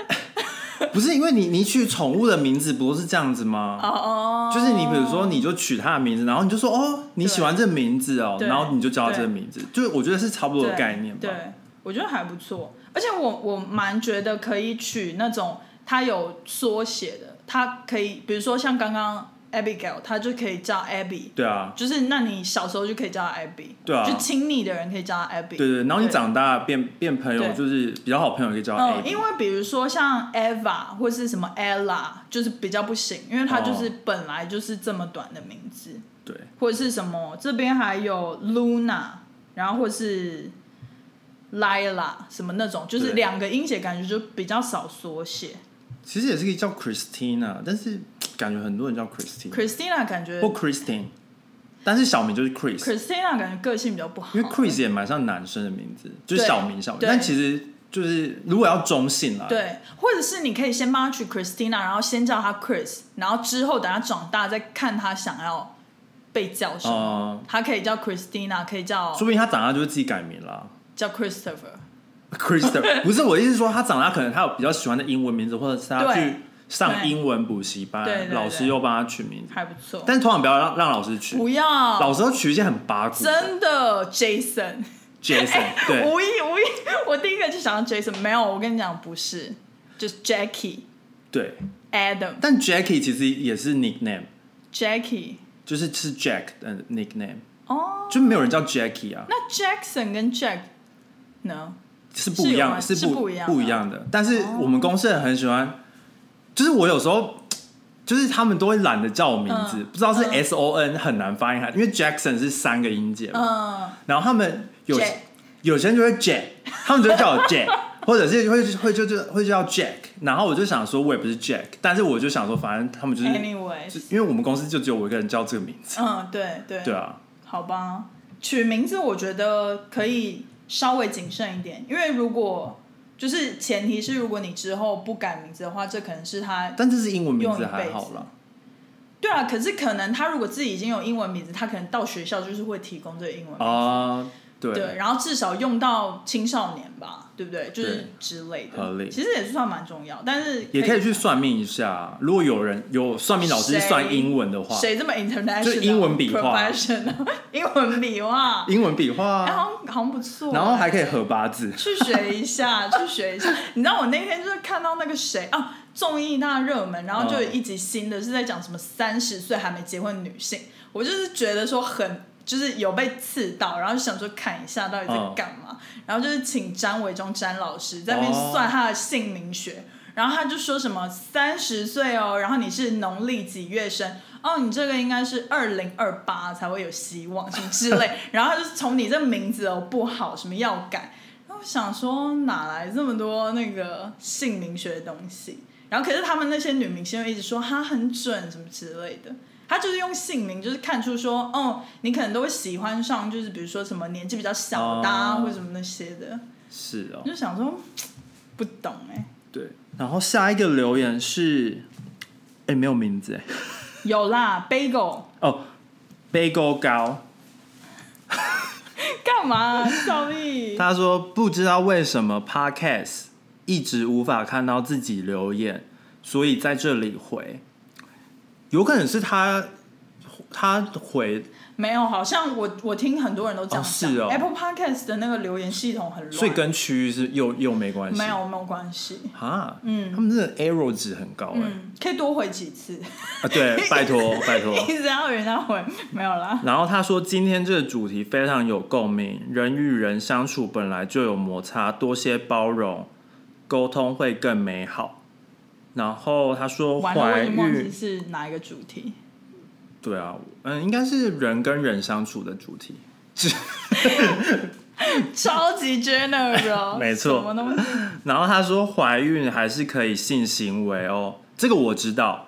Speaker 2: 不是因为你你取宠物的名字不都是这样子吗？
Speaker 1: 哦哦，
Speaker 2: 啊就是你，比如说，你就取他的名字，然后你就说哦，你喜欢这个名字哦，
Speaker 1: 对
Speaker 2: 然后你就叫他这个名字，就是我觉得是差不多
Speaker 1: 对
Speaker 2: 的概念吧
Speaker 1: 哦对。，我觉得还不错，而且我我蛮觉得可以取那种它有缩写的，它可以，比如说像刚刚 Abigail，它就可以叫 Abby。
Speaker 2: 对啊，
Speaker 1: 就是那你小时候就可以叫他 Abby，
Speaker 2: 对啊
Speaker 1: 就亲你的人可以叫他 Abby，
Speaker 2: 对对，然后你
Speaker 1: 对
Speaker 2: 长大变变朋友，
Speaker 1: 对
Speaker 2: 就是比较好朋友可以叫他
Speaker 1: 嗯，
Speaker 2: A，
Speaker 1: 因为比如说像 Eva 或是什么 Ella，就是比较不行，因为它
Speaker 2: 哦
Speaker 1: 就是本来就是这么短的名字，
Speaker 2: 对，
Speaker 1: 或者是什么这边还有 Luna，然后或是 Lila 什么那种，就是
Speaker 2: 对
Speaker 1: 两个音节感觉就比较少缩写。
Speaker 2: 其实也是可以叫 Christina，但是感觉很多人叫 Christina
Speaker 1: Christina 感觉
Speaker 2: 或 Christine，但是小名就是 Chris，
Speaker 1: Christina 感觉个性比较不好，
Speaker 2: 因为 Chris 也蛮像男生的名字，就是
Speaker 1: 对
Speaker 2: 小名小名，
Speaker 1: 对
Speaker 2: 但其实就是如果要中性啦，
Speaker 1: 对，或者是你可以先帮他取 Christina，然后先叫他 Chris，然后之后等他长大再看他想要被叫什么。
Speaker 2: 嗯，
Speaker 1: 他可以叫 Christina，可以叫
Speaker 2: 说不定他长大就会自己改名啦。
Speaker 1: 叫 Christopher。
Speaker 2: Kristen，不是我意思是说，他长大可能他有比较喜欢的英文名字，或者是他
Speaker 1: 对
Speaker 2: 去上英文补习
Speaker 1: 对对对
Speaker 2: 班，
Speaker 1: 对
Speaker 2: 老师又帮他取名字，
Speaker 1: 还不错，
Speaker 2: 但是通常不要让让老师取，
Speaker 1: 不要
Speaker 2: 老师都取一些很八股的
Speaker 1: 真的 Jason，
Speaker 2: Jason，对
Speaker 1: 无意无意，我第一个就想到 Jason，没有，我跟你讲不是，就是 Jackie、
Speaker 2: 对。
Speaker 1: Adam、
Speaker 2: 但 Jackie 其实也是 nickname，
Speaker 1: Jackie
Speaker 2: 就是是 Jack 的 nickname，
Speaker 1: 哦，
Speaker 2: 就没有人叫 Jackie 啊，
Speaker 1: 那 Jackson 跟 Jack 呢？
Speaker 2: 是不一样，
Speaker 1: 是有吗是
Speaker 2: 不
Speaker 1: 不一样的哦
Speaker 2: 不一样的。但是我们公司人很喜欢，就是我有时候。就是他们都会懒得叫我名字，
Speaker 1: 嗯
Speaker 2: 不知道是
Speaker 1: 嗯
Speaker 2: S O N 很难发音，还因为 Jackson 是三个音节嘛，
Speaker 1: 嗯，
Speaker 2: 然后他们有
Speaker 1: Jack
Speaker 2: 有些人就会 Jack，他们就会叫我 Jack，或 者是会会就就会叫 Jack，然后我就想说，我也不是 Jack，但是我就想说，反正他们
Speaker 1: 哎
Speaker 2: 就是就
Speaker 1: Anyways，
Speaker 2: 因为我们公司就只有我一个人叫这个名字，
Speaker 1: 嗯，对对
Speaker 2: 对啊，
Speaker 1: 好吧，取名字我觉得可以稍微谨慎一点，因为如果就是前提是如果你之后不改名字的话，这可能是他
Speaker 2: 但这是英文名字
Speaker 1: 用一辈
Speaker 2: 还
Speaker 1: 子
Speaker 2: 好啦，
Speaker 1: 对啊，可是可能他如果自己已经有英文名字，他可能到学校就是会提供这个英文名字，
Speaker 2: 啊，
Speaker 1: 对，
Speaker 2: 对，
Speaker 1: 然后至少用到青少年吧，对不对？就是
Speaker 2: 对
Speaker 1: 之类
Speaker 2: 合
Speaker 1: 的，
Speaker 2: 理
Speaker 1: 其实也是算蛮重要，但是
Speaker 2: 也可以去算命一下，如果有人有算命老师
Speaker 1: 谁
Speaker 2: 算英文的话，
Speaker 1: 谁这么 international，
Speaker 2: 就英文笔画
Speaker 1: professional，英 文笔 画，
Speaker 2: 英文笔画
Speaker 1: 哎
Speaker 2: 啊，
Speaker 1: 好像好像不错，
Speaker 2: 然后还可以合八字，
Speaker 1: 去学一下，去学一下。 你知道我那天就是看到那个谁啊，综艺大热门，然后就有一集新的是在讲什么三十岁还没结婚的女性，我就是觉得说很就是有被刺到，然后就想说看一下到底在干嘛，然后就是请詹维忠詹老师在那边
Speaker 2: 哦
Speaker 1: 算他的姓名学。然后他就说什么三十岁哦，然后你是农历几月生？哦，你这个应该是二零二八才会有希望什么之类。然后他就是从你这名字哦不好，什么要改。然后我想说哪来这么多那个姓名学的东西？然后可是他们那些女明星又一直说她很准什么之类的。他就是用姓名，就是看出说，哦，你可能都会喜欢上，就是比如说什么年纪比较小的、啊
Speaker 2: 哦
Speaker 1: 或者什么那些的，
Speaker 2: 是哦
Speaker 1: 我，就想说不懂哎、
Speaker 2: 对。然后下一个留言是，哎，没有名字哎，
Speaker 1: 有啦，bagel
Speaker 2: 哦，Bagel 高，
Speaker 1: 干嘛、少丽？
Speaker 2: 他说不知道为什么 Podcast 一直无法看到自己留言，所以在这里回，有可能是他他回
Speaker 1: 没有，好像我我听很多人都这样讲、
Speaker 2: 哦是哦
Speaker 1: Apple Podcast 的那个留言系统很乱，
Speaker 2: 所以跟区域是又又没关系，
Speaker 1: 没有没有关系。
Speaker 2: 啊，
Speaker 1: 嗯
Speaker 2: 他们这个 error 值很高哎、
Speaker 1: 嗯，可以多回几次，
Speaker 2: 啊，对，拜托 拜托。
Speaker 1: 一直要人家回，没有啦。
Speaker 2: 然后他说今天这个主题非常有共鸣，人与人相处本来就有摩擦，多些包容，沟通会更美好。然后他说
Speaker 1: 完了，我
Speaker 2: 怀
Speaker 1: 已经忘记
Speaker 2: 孕，
Speaker 1: 是哪一个主题。
Speaker 2: 对啊，嗯，应该是人跟人相处的主题。
Speaker 1: 超级 general，
Speaker 2: 没错
Speaker 1: 什么东西？
Speaker 2: 然后他说怀孕还是可以性行为哦，这个我知道，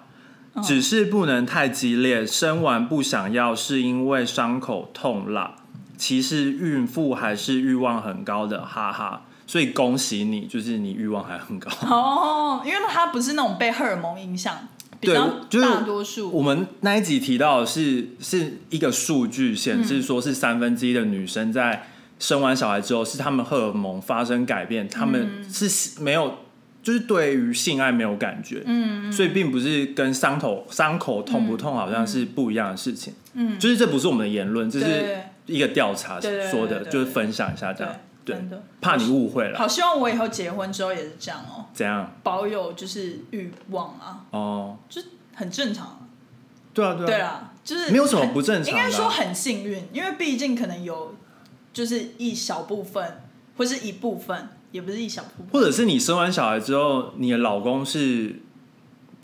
Speaker 2: 只是不能太激烈。生完不想要是因为伤口痛啦。其实孕妇还是欲望很高的，哈哈。所以恭喜你，就是你欲望还很高。
Speaker 1: 哦，因为它不是那种被荷尔蒙影响，比
Speaker 2: 对
Speaker 1: 较
Speaker 2: 就是
Speaker 1: 大多数。
Speaker 2: 我们那一集提到的是是一个数据显
Speaker 1: 嗯
Speaker 2: 示说是三分之一的女生在生完小孩之后是她们荷尔蒙发生改变，她们
Speaker 1: 嗯
Speaker 2: 是没有就是对于性爱没有感觉，嗯，所以并不是跟伤口伤口痛不痛好像是不一样的事情，
Speaker 1: 嗯，
Speaker 2: 就是这不是我们的言论，这是
Speaker 1: 对
Speaker 2: 一个调查
Speaker 1: 对对对
Speaker 2: 说
Speaker 1: 对
Speaker 2: 的，
Speaker 1: 对
Speaker 2: 就是分享一下这样，
Speaker 1: 对
Speaker 2: 对
Speaker 1: 真的，
Speaker 2: 怕你误会了，
Speaker 1: 好希望我以后结婚之后也是这样哦，
Speaker 2: 怎样？
Speaker 1: 保有就是欲望啊，
Speaker 2: 哦，
Speaker 1: 就很正常啊。
Speaker 2: 对啊，
Speaker 1: 对，啊，就是
Speaker 2: 没有什么不正常的啊
Speaker 1: 应该说很幸运，因为毕竟可能有就是一小部分，或是一部分，也不是一小部分。
Speaker 2: 或者是你生完小孩之后，你的老公是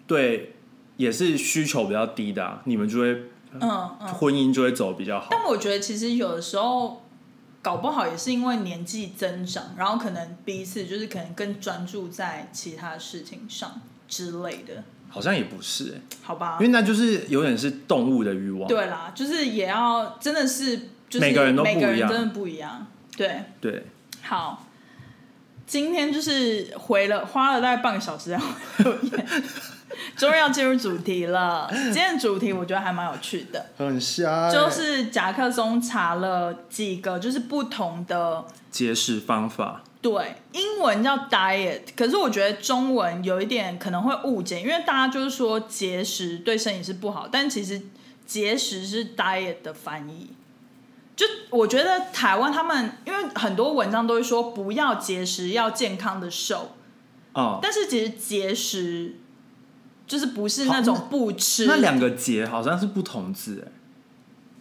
Speaker 2: 对也是需求比较低的、啊，你们就会
Speaker 1: 嗯嗯，
Speaker 2: 婚姻就会走比较好。
Speaker 1: 但我觉得其实有的时候搞不好也是因为年纪增长，然后可能彼此就是可能更专注在其他事情上之类的，
Speaker 2: 好像也不是欸、
Speaker 1: 好吧
Speaker 2: 因？为那就是有点是动物的欲望。
Speaker 1: 啊对啦，就是也要真的是就是
Speaker 2: 每个人都不一
Speaker 1: 每
Speaker 2: 样
Speaker 1: 个人真的不一样。对，
Speaker 2: 对，
Speaker 1: 好。今天就是回了，花了大概半个小时在回留言，终于要进入主题了。今天的主题我觉得还蛮有趣的，
Speaker 2: 很瞎欸、
Speaker 1: 就是夹克松查了几个就是不同的
Speaker 2: 节食方法。
Speaker 1: 对，英文叫 diet，可是我觉得中文有一点可能会误解，因为大家就是说节食对身体是不好，但其实节食是 diet 的翻译。就我觉得台湾他们，因为很多文章都会说不要节食，要健康的瘦，
Speaker 2: 哦，
Speaker 1: 但是其实节食就是不是那种
Speaker 2: 好
Speaker 1: 不吃，
Speaker 2: 那两个节好像是不同字、欸，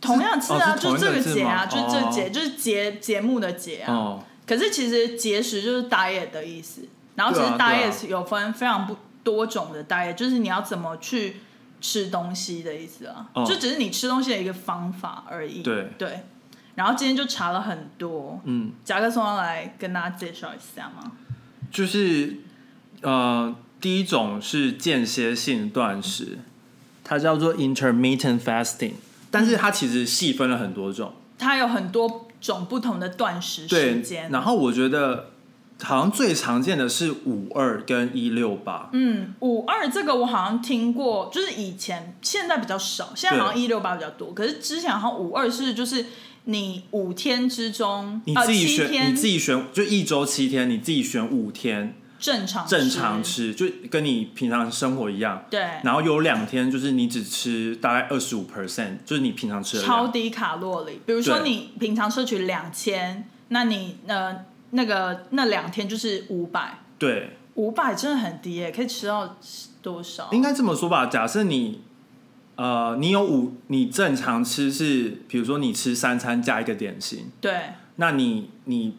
Speaker 1: 同样字啊，
Speaker 2: 哦是
Speaker 1: 就
Speaker 2: 同一
Speaker 1: 这
Speaker 2: 个
Speaker 1: 个
Speaker 2: 字
Speaker 1: 节啊，
Speaker 2: 吗
Speaker 1: 就这
Speaker 2: 哦
Speaker 1: 节、就是节节目的节啊。
Speaker 2: 哦，
Speaker 1: 可是其实节食就是 diet 的意思，然后其实
Speaker 2: 对啊对啊
Speaker 1: diet 有分非常不多种的 diet，就是你要怎么去吃东西的意思啊，
Speaker 2: 哦
Speaker 1: 就只是你吃东西的一个方法而已。
Speaker 2: 对
Speaker 1: 对，然后今天就查了很多，
Speaker 2: 嗯，
Speaker 1: 夹克松要来跟大家介绍一下吗？
Speaker 2: 就是呃，第一种是间歇性断食，它叫做 intermittent fasting，但是它其实细分了很多种。
Speaker 1: 它有很多种不同的断食时
Speaker 2: 对
Speaker 1: 间，，
Speaker 2: 然后我觉得好像最常见的是五二跟一六八，
Speaker 1: 嗯，五二这个我好像听过，就是以前现在比较少，现在好像一六八比较多，可是之前好像五二是就是你五天之中，
Speaker 2: 你
Speaker 1: 呃
Speaker 2: 自己
Speaker 1: 七
Speaker 2: 选，
Speaker 1: 天
Speaker 2: 你自己选，就一周七天，你自己选五天
Speaker 1: 正常
Speaker 2: 正常，
Speaker 1: 哦
Speaker 2: 吃，就跟你平常生活一样。
Speaker 1: 对，
Speaker 2: 然后有两天就是你只吃大概二十五 percent，就是你平常吃的
Speaker 1: 超
Speaker 2: 量。
Speaker 1: 低卡路里，比如说
Speaker 2: 对
Speaker 1: 你平常摄取两千，那你呃那个那两天就是五百，
Speaker 2: 对，
Speaker 1: 五百真的很低耶，可以吃到多少？
Speaker 2: 应该这么说吧。假设你呃，你有五，你正常吃是，比如说你吃三餐加一个点心，
Speaker 1: 对，
Speaker 2: 那你你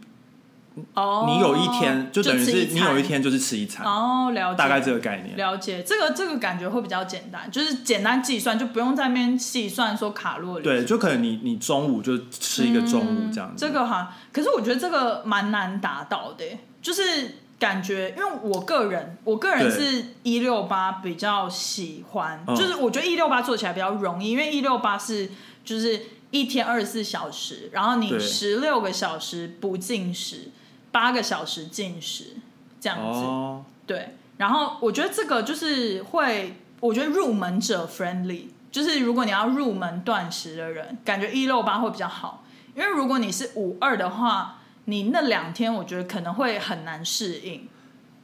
Speaker 1: 哦，
Speaker 2: 你有一天就等于
Speaker 1: 吃
Speaker 2: 是
Speaker 1: 一
Speaker 2: 你有一
Speaker 1: 餐
Speaker 2: 天就是吃一餐，
Speaker 1: 哦，了解，
Speaker 2: 大概这个概念。
Speaker 1: 了解，这个这个感觉会比较简单，就是简单计算，就不用在那边细算说卡路里。
Speaker 2: 对，就可能你你中午就吃一个中午这
Speaker 1: 嗯
Speaker 2: 样子。
Speaker 1: 这个哈，可是我觉得这个蛮难达到的欸，就是感觉，因为我个人，我个人
Speaker 2: 对
Speaker 1: 是一六八比较喜欢，
Speaker 2: 嗯
Speaker 1: 就是我觉得一六八做起来比较容易，因为一六八是就是一天二十四小时，然后你
Speaker 2: 对
Speaker 1: 十六个小时不进食，八个小时进食这样子，
Speaker 2: 哦，
Speaker 1: 对，然后我觉得这个就是会，我觉得入门者 friendly，就是如果你要入门断食的人，感觉一六八会比较好，因为如果你是五二的话，你那两天我觉得可能会很难适应。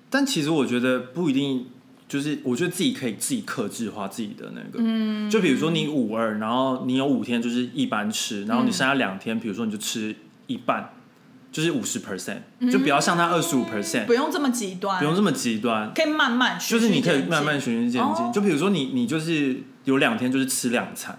Speaker 2: 但其实我觉得不一定，就是我觉得自己可以自己克制化自己的那个。嗯，就比如说你五二，然后你有五天就是一般吃，然后你剩下两天，比如说你就吃一半，就是五十 percent，就不要像他二十五 percent，
Speaker 1: 嗯不用这么极端，
Speaker 2: 不用这么极端。
Speaker 1: 可以慢慢，
Speaker 2: 就是你可以慢慢循序渐
Speaker 1: 哦
Speaker 2: 进，就比如说你你就是有两天就是吃两餐，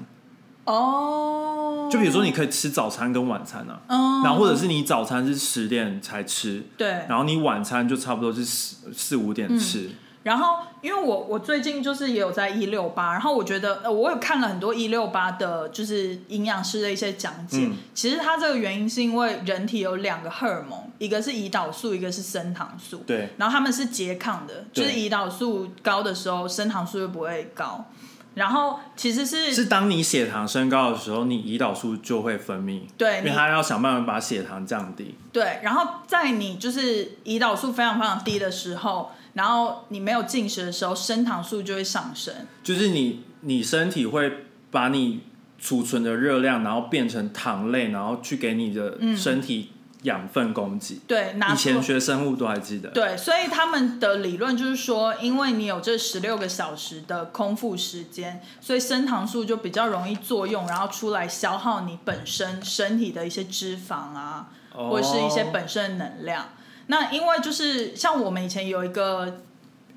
Speaker 1: 哦，
Speaker 2: 就比如说你可以吃早餐跟晚餐啊，
Speaker 1: 嗯，
Speaker 2: 然后或者是你早餐是十点才吃，
Speaker 1: 对，
Speaker 2: 然后你晚餐就差不多是四四五点吃，
Speaker 1: 然后，因为我我最近就是也有在一六八，然后我觉得呃，我有看了很多一六八的，就是营养师的一些讲解。
Speaker 2: 嗯
Speaker 1: 其实它这个原因是因为人体有两个荷尔蒙，一个是胰岛素，一个是升糖素。
Speaker 2: 对
Speaker 1: 然后他们是拮抗的，就
Speaker 2: 对
Speaker 1: 是胰岛素高的时候，升糖素就不会高。然后其实是
Speaker 2: 是当你血糖升高的时候，你胰岛素就会分泌，
Speaker 1: 对
Speaker 2: 因为
Speaker 1: 你
Speaker 2: 它要想办法把血糖降低。
Speaker 1: 对，然后在你就是胰岛素非常非常低的时候，然后你没有进食的时候，升糖素就会上升。
Speaker 2: 就是你你身体会把你储存的热量，然后变成糖类，然后去给你的身体养分供给。
Speaker 1: 对，嗯拿
Speaker 2: 以
Speaker 1: 出
Speaker 2: 前学生物都还记得，
Speaker 1: 对，所以他们的理论就是说，因为你有这十六个小时的空腹时间，所以升糖素就比较容易作用，然后出来消耗你本身身体的一些脂肪啊，
Speaker 2: 哦
Speaker 1: 或者是一些本身的能量。那因为就是像我们以前有一个，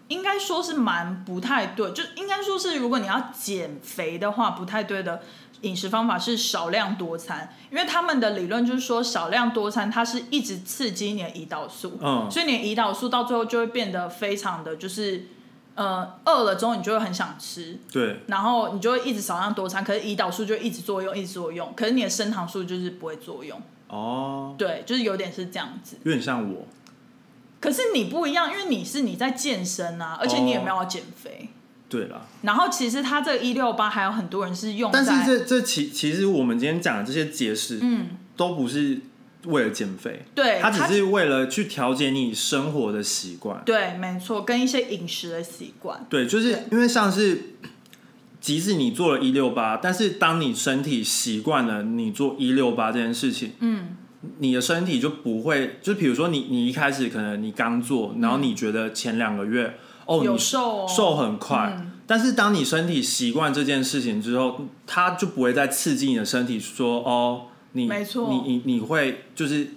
Speaker 1: 应该说是蛮不太对，就应该说是如果你要减肥的话，不太对的饮食方法是少量多餐，因为他们的理论就是说少量多餐，它是一直刺激你的胰岛素，
Speaker 2: 嗯
Speaker 1: 所以你的胰岛素到最后就会变得非常的就是，呃，饿了之后你就会很想吃，
Speaker 2: 对
Speaker 1: 然后你就会一直少量多餐，可是胰岛素就一直作用，一直作用，可是你的升糖素就是不会作用，
Speaker 2: 哦，
Speaker 1: 对，就是有点是这样子。
Speaker 2: 有点像我，
Speaker 1: 可是你不一样，因为你是你在健身啊，而且你也
Speaker 2: 哦
Speaker 1: 没有要减肥。
Speaker 2: 对啦。
Speaker 1: 然后其实它这一六八还有很多人是用在，
Speaker 2: 但是这这其其实我们今天讲的这些节食，
Speaker 1: 嗯，
Speaker 2: 都不是为了减肥，
Speaker 1: 对，
Speaker 2: 它只是为了去调节你生活的习惯。
Speaker 1: 对，没错，跟一些饮食的习惯，
Speaker 2: 对，就是因为像是，即使你做了一六八，但是当你身体习惯了你做一六八这件事情，
Speaker 1: 嗯，
Speaker 2: 你的身体就不会，就比如说你你一开始可能你刚做，然后你觉得前两个月、哦
Speaker 1: 嗯有
Speaker 2: 你
Speaker 1: 瘦哦
Speaker 2: 瘦很快，但是当你身体习惯这件事情之后，它就不会再刺激你的身体说哦你
Speaker 1: 没错
Speaker 2: 你你你会就是。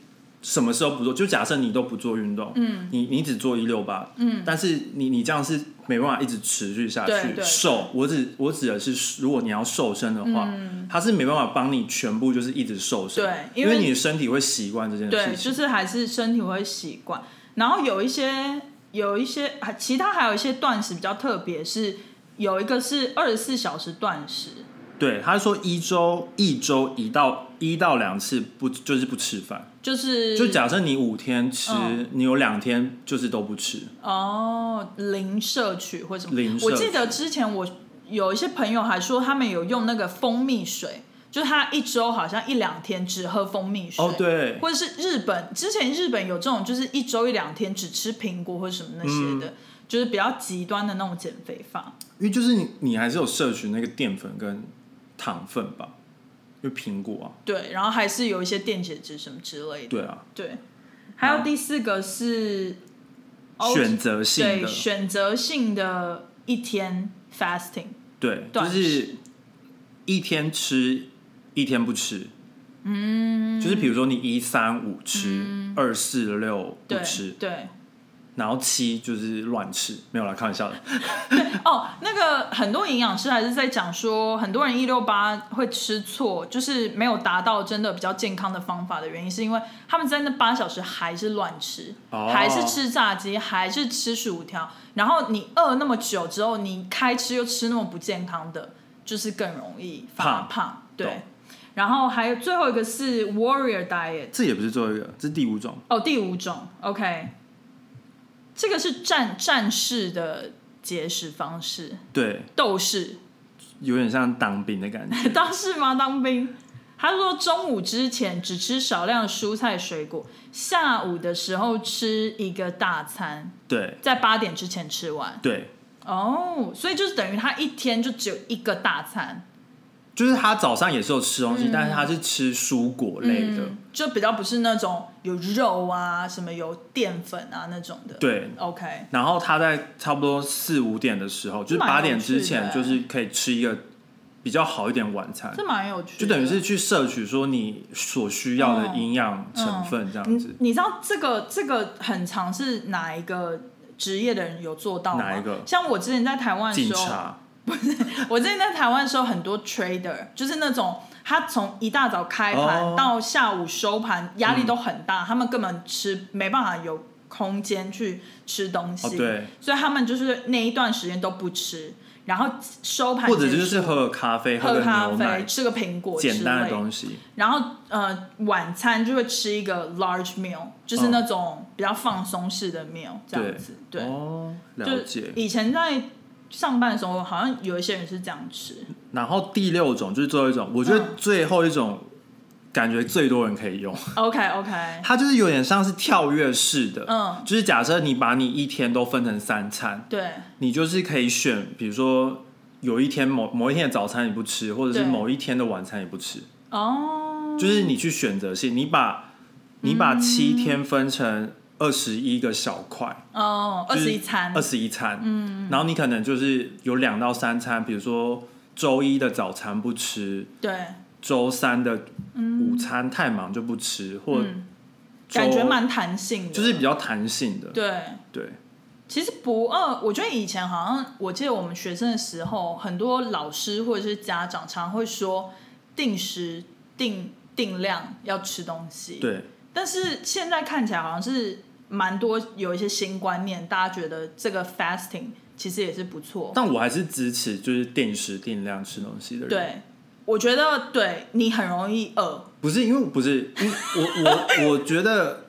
Speaker 2: 什么时候不做？就假设你都不做运动，嗯，你你只做一六八，嗯，但是你你这样是没办法一直持续下去
Speaker 1: 对对
Speaker 2: 瘦。我只我指的是，如果你要瘦身的话，它是没办法帮你全部就是一直瘦身，
Speaker 1: 嗯对因
Speaker 2: 因
Speaker 1: 为
Speaker 2: 你的身体会习惯这件
Speaker 1: 对，
Speaker 2: 事情，
Speaker 1: 就是还是身体会习惯。然后有一些有一些，还其他还有一些断食比较特别，是有一个是二十四小时断食，
Speaker 2: 对，他说一周一周一到一到两次不就是不吃饭，
Speaker 1: 就是
Speaker 2: 就假设你五天吃，
Speaker 1: 嗯
Speaker 2: 你有两天就是都不吃，
Speaker 1: 哦，零摄取或什么？
Speaker 2: 零
Speaker 1: 我
Speaker 2: 摄
Speaker 1: 记
Speaker 2: 取
Speaker 1: 得之前我有一些朋友还说，他们有用那个蜂蜜水，就是他一周好像一两天只喝蜂蜜水。
Speaker 2: 哦对，
Speaker 1: 或者是日本之前日本有这种，就是一周一两天只吃苹果或者什么那些
Speaker 2: 嗯
Speaker 1: 的，就是比较极端的那种减肥法。
Speaker 2: 因为就是你你还是有摄取那个淀粉跟糖分吧，因为苹果啊，
Speaker 1: 对，然后还是有一些电解质什么之类的。
Speaker 2: 对啊，
Speaker 1: 对，还有第四个是
Speaker 2: 选择性
Speaker 1: 哦对
Speaker 2: 的，
Speaker 1: 选择性的一天 fasting。
Speaker 2: 对，就
Speaker 1: 断
Speaker 2: 是一天吃一天不吃，嗯，就是比如说你一三五吃，二四六不
Speaker 1: 嗯对
Speaker 2: 吃，
Speaker 1: 对，
Speaker 2: 然后七就是乱吃，没有啦，开玩笑的。
Speaker 1: 哦，那个很多营养师还是在讲说，很多人一六八会吃错，就是没有达到真的比较健康的方法的原因，是因为他们在那八小时还是乱吃，
Speaker 2: 哦
Speaker 1: 还是吃炸鸡，还是吃薯条，然后你饿那么久之后，你开吃又吃那么不健康的，就是更容易发
Speaker 2: 胖
Speaker 1: 胖。
Speaker 2: 懂
Speaker 1: 对，然后还有最后一个是 Warrior Diet，
Speaker 2: 这也不是最后一个，这是第五种。
Speaker 1: 哦，第五种，OK，这个是战战士的节食方式，
Speaker 2: 对，
Speaker 1: 斗士，
Speaker 2: 有点像当兵的感觉。
Speaker 1: 当士吗？当兵？他说中午之前只吃少量蔬菜水果，下午的时候吃一个大餐，
Speaker 2: 对
Speaker 1: 在八点之前吃完。
Speaker 2: 对，
Speaker 1: 哦，所以就是等于他一天就只有一个大餐，
Speaker 2: 就是他早上也是有吃东西，但是他是吃蔬果类的。
Speaker 1: 嗯，就比较不是那种有肉啊、什么有淀粉啊那种的。
Speaker 2: 对，
Speaker 1: ，OK，
Speaker 2: 然后他在差不多四五点的时候，就是
Speaker 1: 蛮
Speaker 2: 八
Speaker 1: 有
Speaker 2: 点之
Speaker 1: 趣
Speaker 2: 前，
Speaker 1: 的
Speaker 2: 就是可以吃一个比较好一点晚餐，
Speaker 1: 这蛮有趣的，
Speaker 2: 就等于是去摄取说你所需要的营养成分这样子
Speaker 1: 你。你知道这个这个很常是哪一个职业的人有做到吗？
Speaker 2: 哪一个
Speaker 1: 像我之前在台湾的
Speaker 2: 警
Speaker 1: 时候，
Speaker 2: 察
Speaker 1: 我之前在台湾的时候，很多 trader 就是那种他从一大早开
Speaker 2: 哦嗯
Speaker 1: 盘到下午收盘，压力都很大，他们根本吃没办法有空间去吃东西，
Speaker 2: 哦，对，
Speaker 1: 所以他们就是那一段时间都不吃，然后收盘
Speaker 2: 或者
Speaker 1: 结
Speaker 2: 就
Speaker 1: 束
Speaker 2: 是喝个咖啡，喝
Speaker 1: 嗯喝
Speaker 2: 个
Speaker 1: 咖
Speaker 2: 牛
Speaker 1: 啡、
Speaker 2: 奶，
Speaker 1: 吃个苹果之类
Speaker 2: 简单的东西。
Speaker 1: 然后呃，晚餐就会吃一个 large meal，就是那种比较放松式的 meal 这样子。对，
Speaker 2: 哦，了
Speaker 1: 就
Speaker 2: 解。
Speaker 1: 以前在上班的时候，好像有一些人是这样吃。
Speaker 2: 然后第六种就是最后一种，我觉得
Speaker 1: 嗯
Speaker 2: 最后一种感觉最多人可以用，
Speaker 1: OK OK，
Speaker 2: 它就是有点像是跳跃式的。
Speaker 1: 嗯，
Speaker 2: 就是假设你把你一天都分成三餐，
Speaker 1: 对，
Speaker 2: 你就是可以选，比如说有一天某某一天的早餐你不吃，或者是
Speaker 1: 对
Speaker 2: 某一天的晚餐也不吃，
Speaker 1: 哦，
Speaker 2: 就是你去选择性，你把你把七天分成二十一个小块，
Speaker 1: 哦，二十一餐
Speaker 2: 二，十一餐，嗯，然后你可能就是有两到三餐，比如说周一的早餐不吃，
Speaker 1: 对，
Speaker 2: 周三的午餐太忙就不吃，或
Speaker 1: 嗯，感觉
Speaker 2: 周
Speaker 1: 蛮弹性的，
Speaker 2: 就是比较弹性的，
Speaker 1: 对。
Speaker 2: 对，
Speaker 1: 其实不饿，我觉得以前好像我记得我们学生的时候，很多老师或者是家长常会说定时定定量要吃东西。。
Speaker 2: 对，
Speaker 1: 但是现在看起来好像是蛮多有一些新观念，大家觉得这个 fasting 其实也是不错。
Speaker 2: 但我还是支持就是定时定量吃东西的人，
Speaker 1: 对，我觉得对你很容易饿。
Speaker 2: 不是因为不是，因为我我我觉得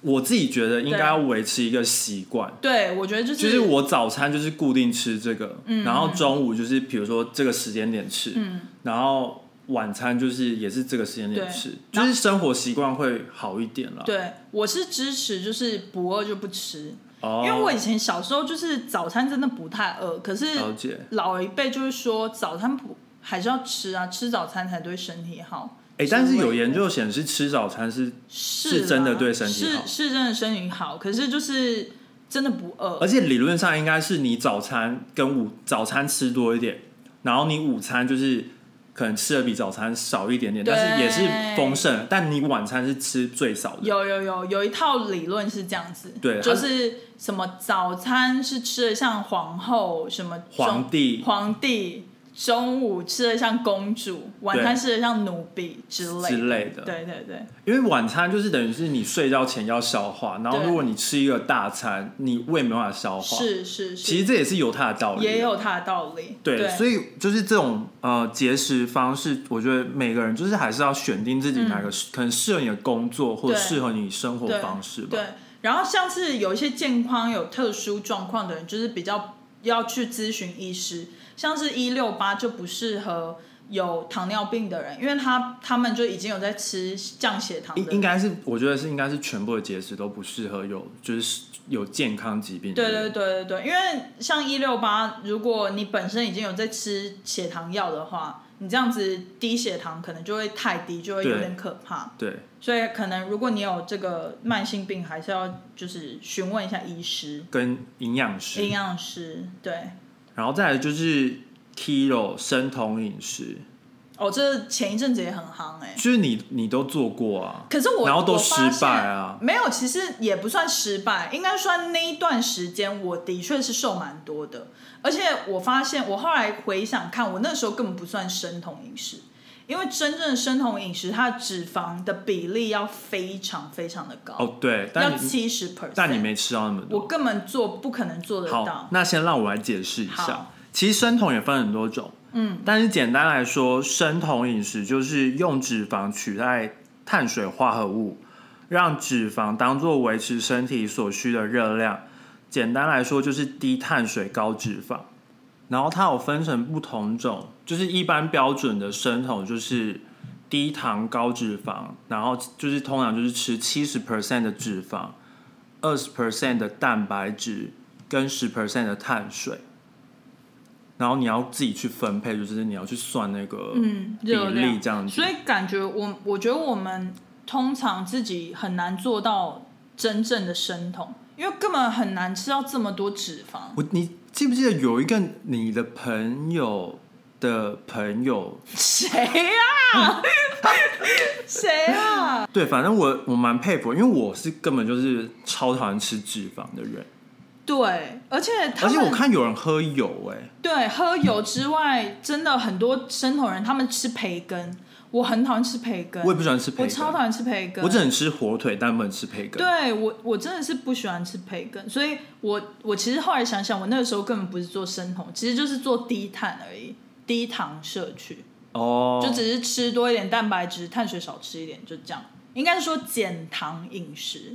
Speaker 2: 我自己觉得应该要维持一个习惯，
Speaker 1: 对，我觉得就是嗯
Speaker 2: 就是我早餐就是固定吃这个，然后中午就是比如说这个时间点吃，然后晚餐就是也是这个时间点
Speaker 1: 对
Speaker 2: 吃，
Speaker 1: 然
Speaker 2: 就
Speaker 1: 后
Speaker 2: 是生活习惯会好一点啦。，
Speaker 1: 对我是支持，就是不饿就不吃。
Speaker 2: 哦，
Speaker 1: 因为我以前小时候就是早餐真的不太饿，可是
Speaker 2: 了解。
Speaker 1: 老一辈就是说早餐不还是要吃啊，吃早餐才对身体好。
Speaker 2: 哎、但是有研究显示吃早餐是，
Speaker 1: 是
Speaker 2: 是真的
Speaker 1: 啦
Speaker 2: 对身体好
Speaker 1: 是是真的身体好，可是就是真的不
Speaker 2: 而
Speaker 1: 饿。
Speaker 2: 且理论上应该是你早餐跟午早餐吃多一点，然后你午餐就是。可能吃的比早餐少一点点，
Speaker 1: 对
Speaker 2: 但是也是丰盛。但你晚餐是吃最少的，
Speaker 1: 有有有有一套理论是这样子，
Speaker 2: 对
Speaker 1: 就
Speaker 2: 它
Speaker 1: 是什么早餐是吃的像皇后，什么中
Speaker 2: 皇帝
Speaker 1: 皇帝，中午吃的像公主，晚餐吃的像奴婢之类
Speaker 2: 之类的哦
Speaker 1: 对对对，
Speaker 2: 因为晚餐就是等于是你睡觉前要消化，然后
Speaker 1: 对
Speaker 2: 如果你吃一个大餐，你胃没办法消化。，
Speaker 1: 是是是，
Speaker 2: 其实这也是有它的道理。啊
Speaker 1: 也有它的道理。
Speaker 2: 对，
Speaker 1: 对，
Speaker 2: 所以就是这种呃节食方式，我觉得每个人就是还是要选定自己哪个、可能适合你的工作，或
Speaker 1: 嗯
Speaker 2: 者
Speaker 1: 对
Speaker 2: 适合你生活
Speaker 1: 对
Speaker 2: 方式吧。
Speaker 1: 对，然后像是有一些健康有特殊状况的人，就是比较要去咨询医师，像是一六八就不适合有糖尿病的人，因为他他们就已经有在吃降血糖
Speaker 2: 应
Speaker 1: 的。
Speaker 2: 应该是，我觉得是应该是全部的节食都不适合有就是有健康疾病的
Speaker 1: 对
Speaker 2: 人。
Speaker 1: 对对对对，因为像一六八，如果你本身已经有在吃血糖药的话，你这样子低血糖可能就会太低，就会有
Speaker 2: 对
Speaker 1: 点可怕。
Speaker 2: 对
Speaker 1: 所以可能如果你有这个慢性病，还是要就是询问一下医师、
Speaker 2: 跟营养师，
Speaker 1: 营养师。对，
Speaker 2: 然后再来就是 keto 生酮饮食，
Speaker 1: 哦，这前一阵子也很夯哎、
Speaker 2: 就是你你都做过啊，
Speaker 1: 可是我
Speaker 2: 然后都
Speaker 1: 我发现
Speaker 2: 失败啊
Speaker 1: 没有，其实也不算失败，应该算那一段时间我的确是瘦蛮多的，而且我发现我后来回想看，我那时候根本不算生酮饮食，因为真正的生酮饮食，它的脂肪的比例要非常非常的高，
Speaker 2: 哦对，
Speaker 1: 要
Speaker 2: 但你
Speaker 1: 七十 percent，
Speaker 2: 但你没吃到那么多，
Speaker 1: 我根本做不可能做得
Speaker 2: 好
Speaker 1: 到，，
Speaker 2: 那先让我来解释一下
Speaker 1: 好。
Speaker 2: 其实生酮也分很多种，
Speaker 1: 嗯，
Speaker 2: 但是简单来说，生酮饮食就是用脂肪取代碳水化合物，让脂肪当做维持身体所需的热量。简单来说，就是低碳水高脂肪。然后它有分成不同种，就是一般标准的生酮就是低糖高脂肪，然后就是通常就是吃七十 percent 的脂肪，二十 percent 的蛋白质跟十 percent 的碳水，然后你要自己去分配，就是你要去算那个
Speaker 1: 嗯，
Speaker 2: 比
Speaker 1: 热量
Speaker 2: 例这样子。
Speaker 1: 所以感觉我，我觉得我们通常自己很难做到真正的生酮，因为根本很难吃到这么多脂肪。
Speaker 2: 我你记不记得有一个你的朋友的朋友？
Speaker 1: 谁啊？ 谁啊？
Speaker 2: 对，反正我我蛮佩服，因为我是根本就是超讨厌吃脂肪的人，
Speaker 1: 对，而且他
Speaker 2: 而且
Speaker 1: 们
Speaker 2: 我看有人喝油、哎，
Speaker 1: 对喝油之外，真的很多生酮人他们吃培根，我很讨厌吃培根，
Speaker 2: 我也不喜欢吃培根，
Speaker 1: 我超讨厌吃培根，
Speaker 2: 我只能吃火腿，但不能吃培根。
Speaker 1: 对我，我真的是不喜欢吃培根，所以我我其实后来想想，我那个时候根本不是做生酮，其实就是做低碳而已，低糖摄取，
Speaker 2: 哦，
Speaker 1: 就只是吃多一点蛋白质，碳水少吃一点，就这样。应该是说减糖饮食，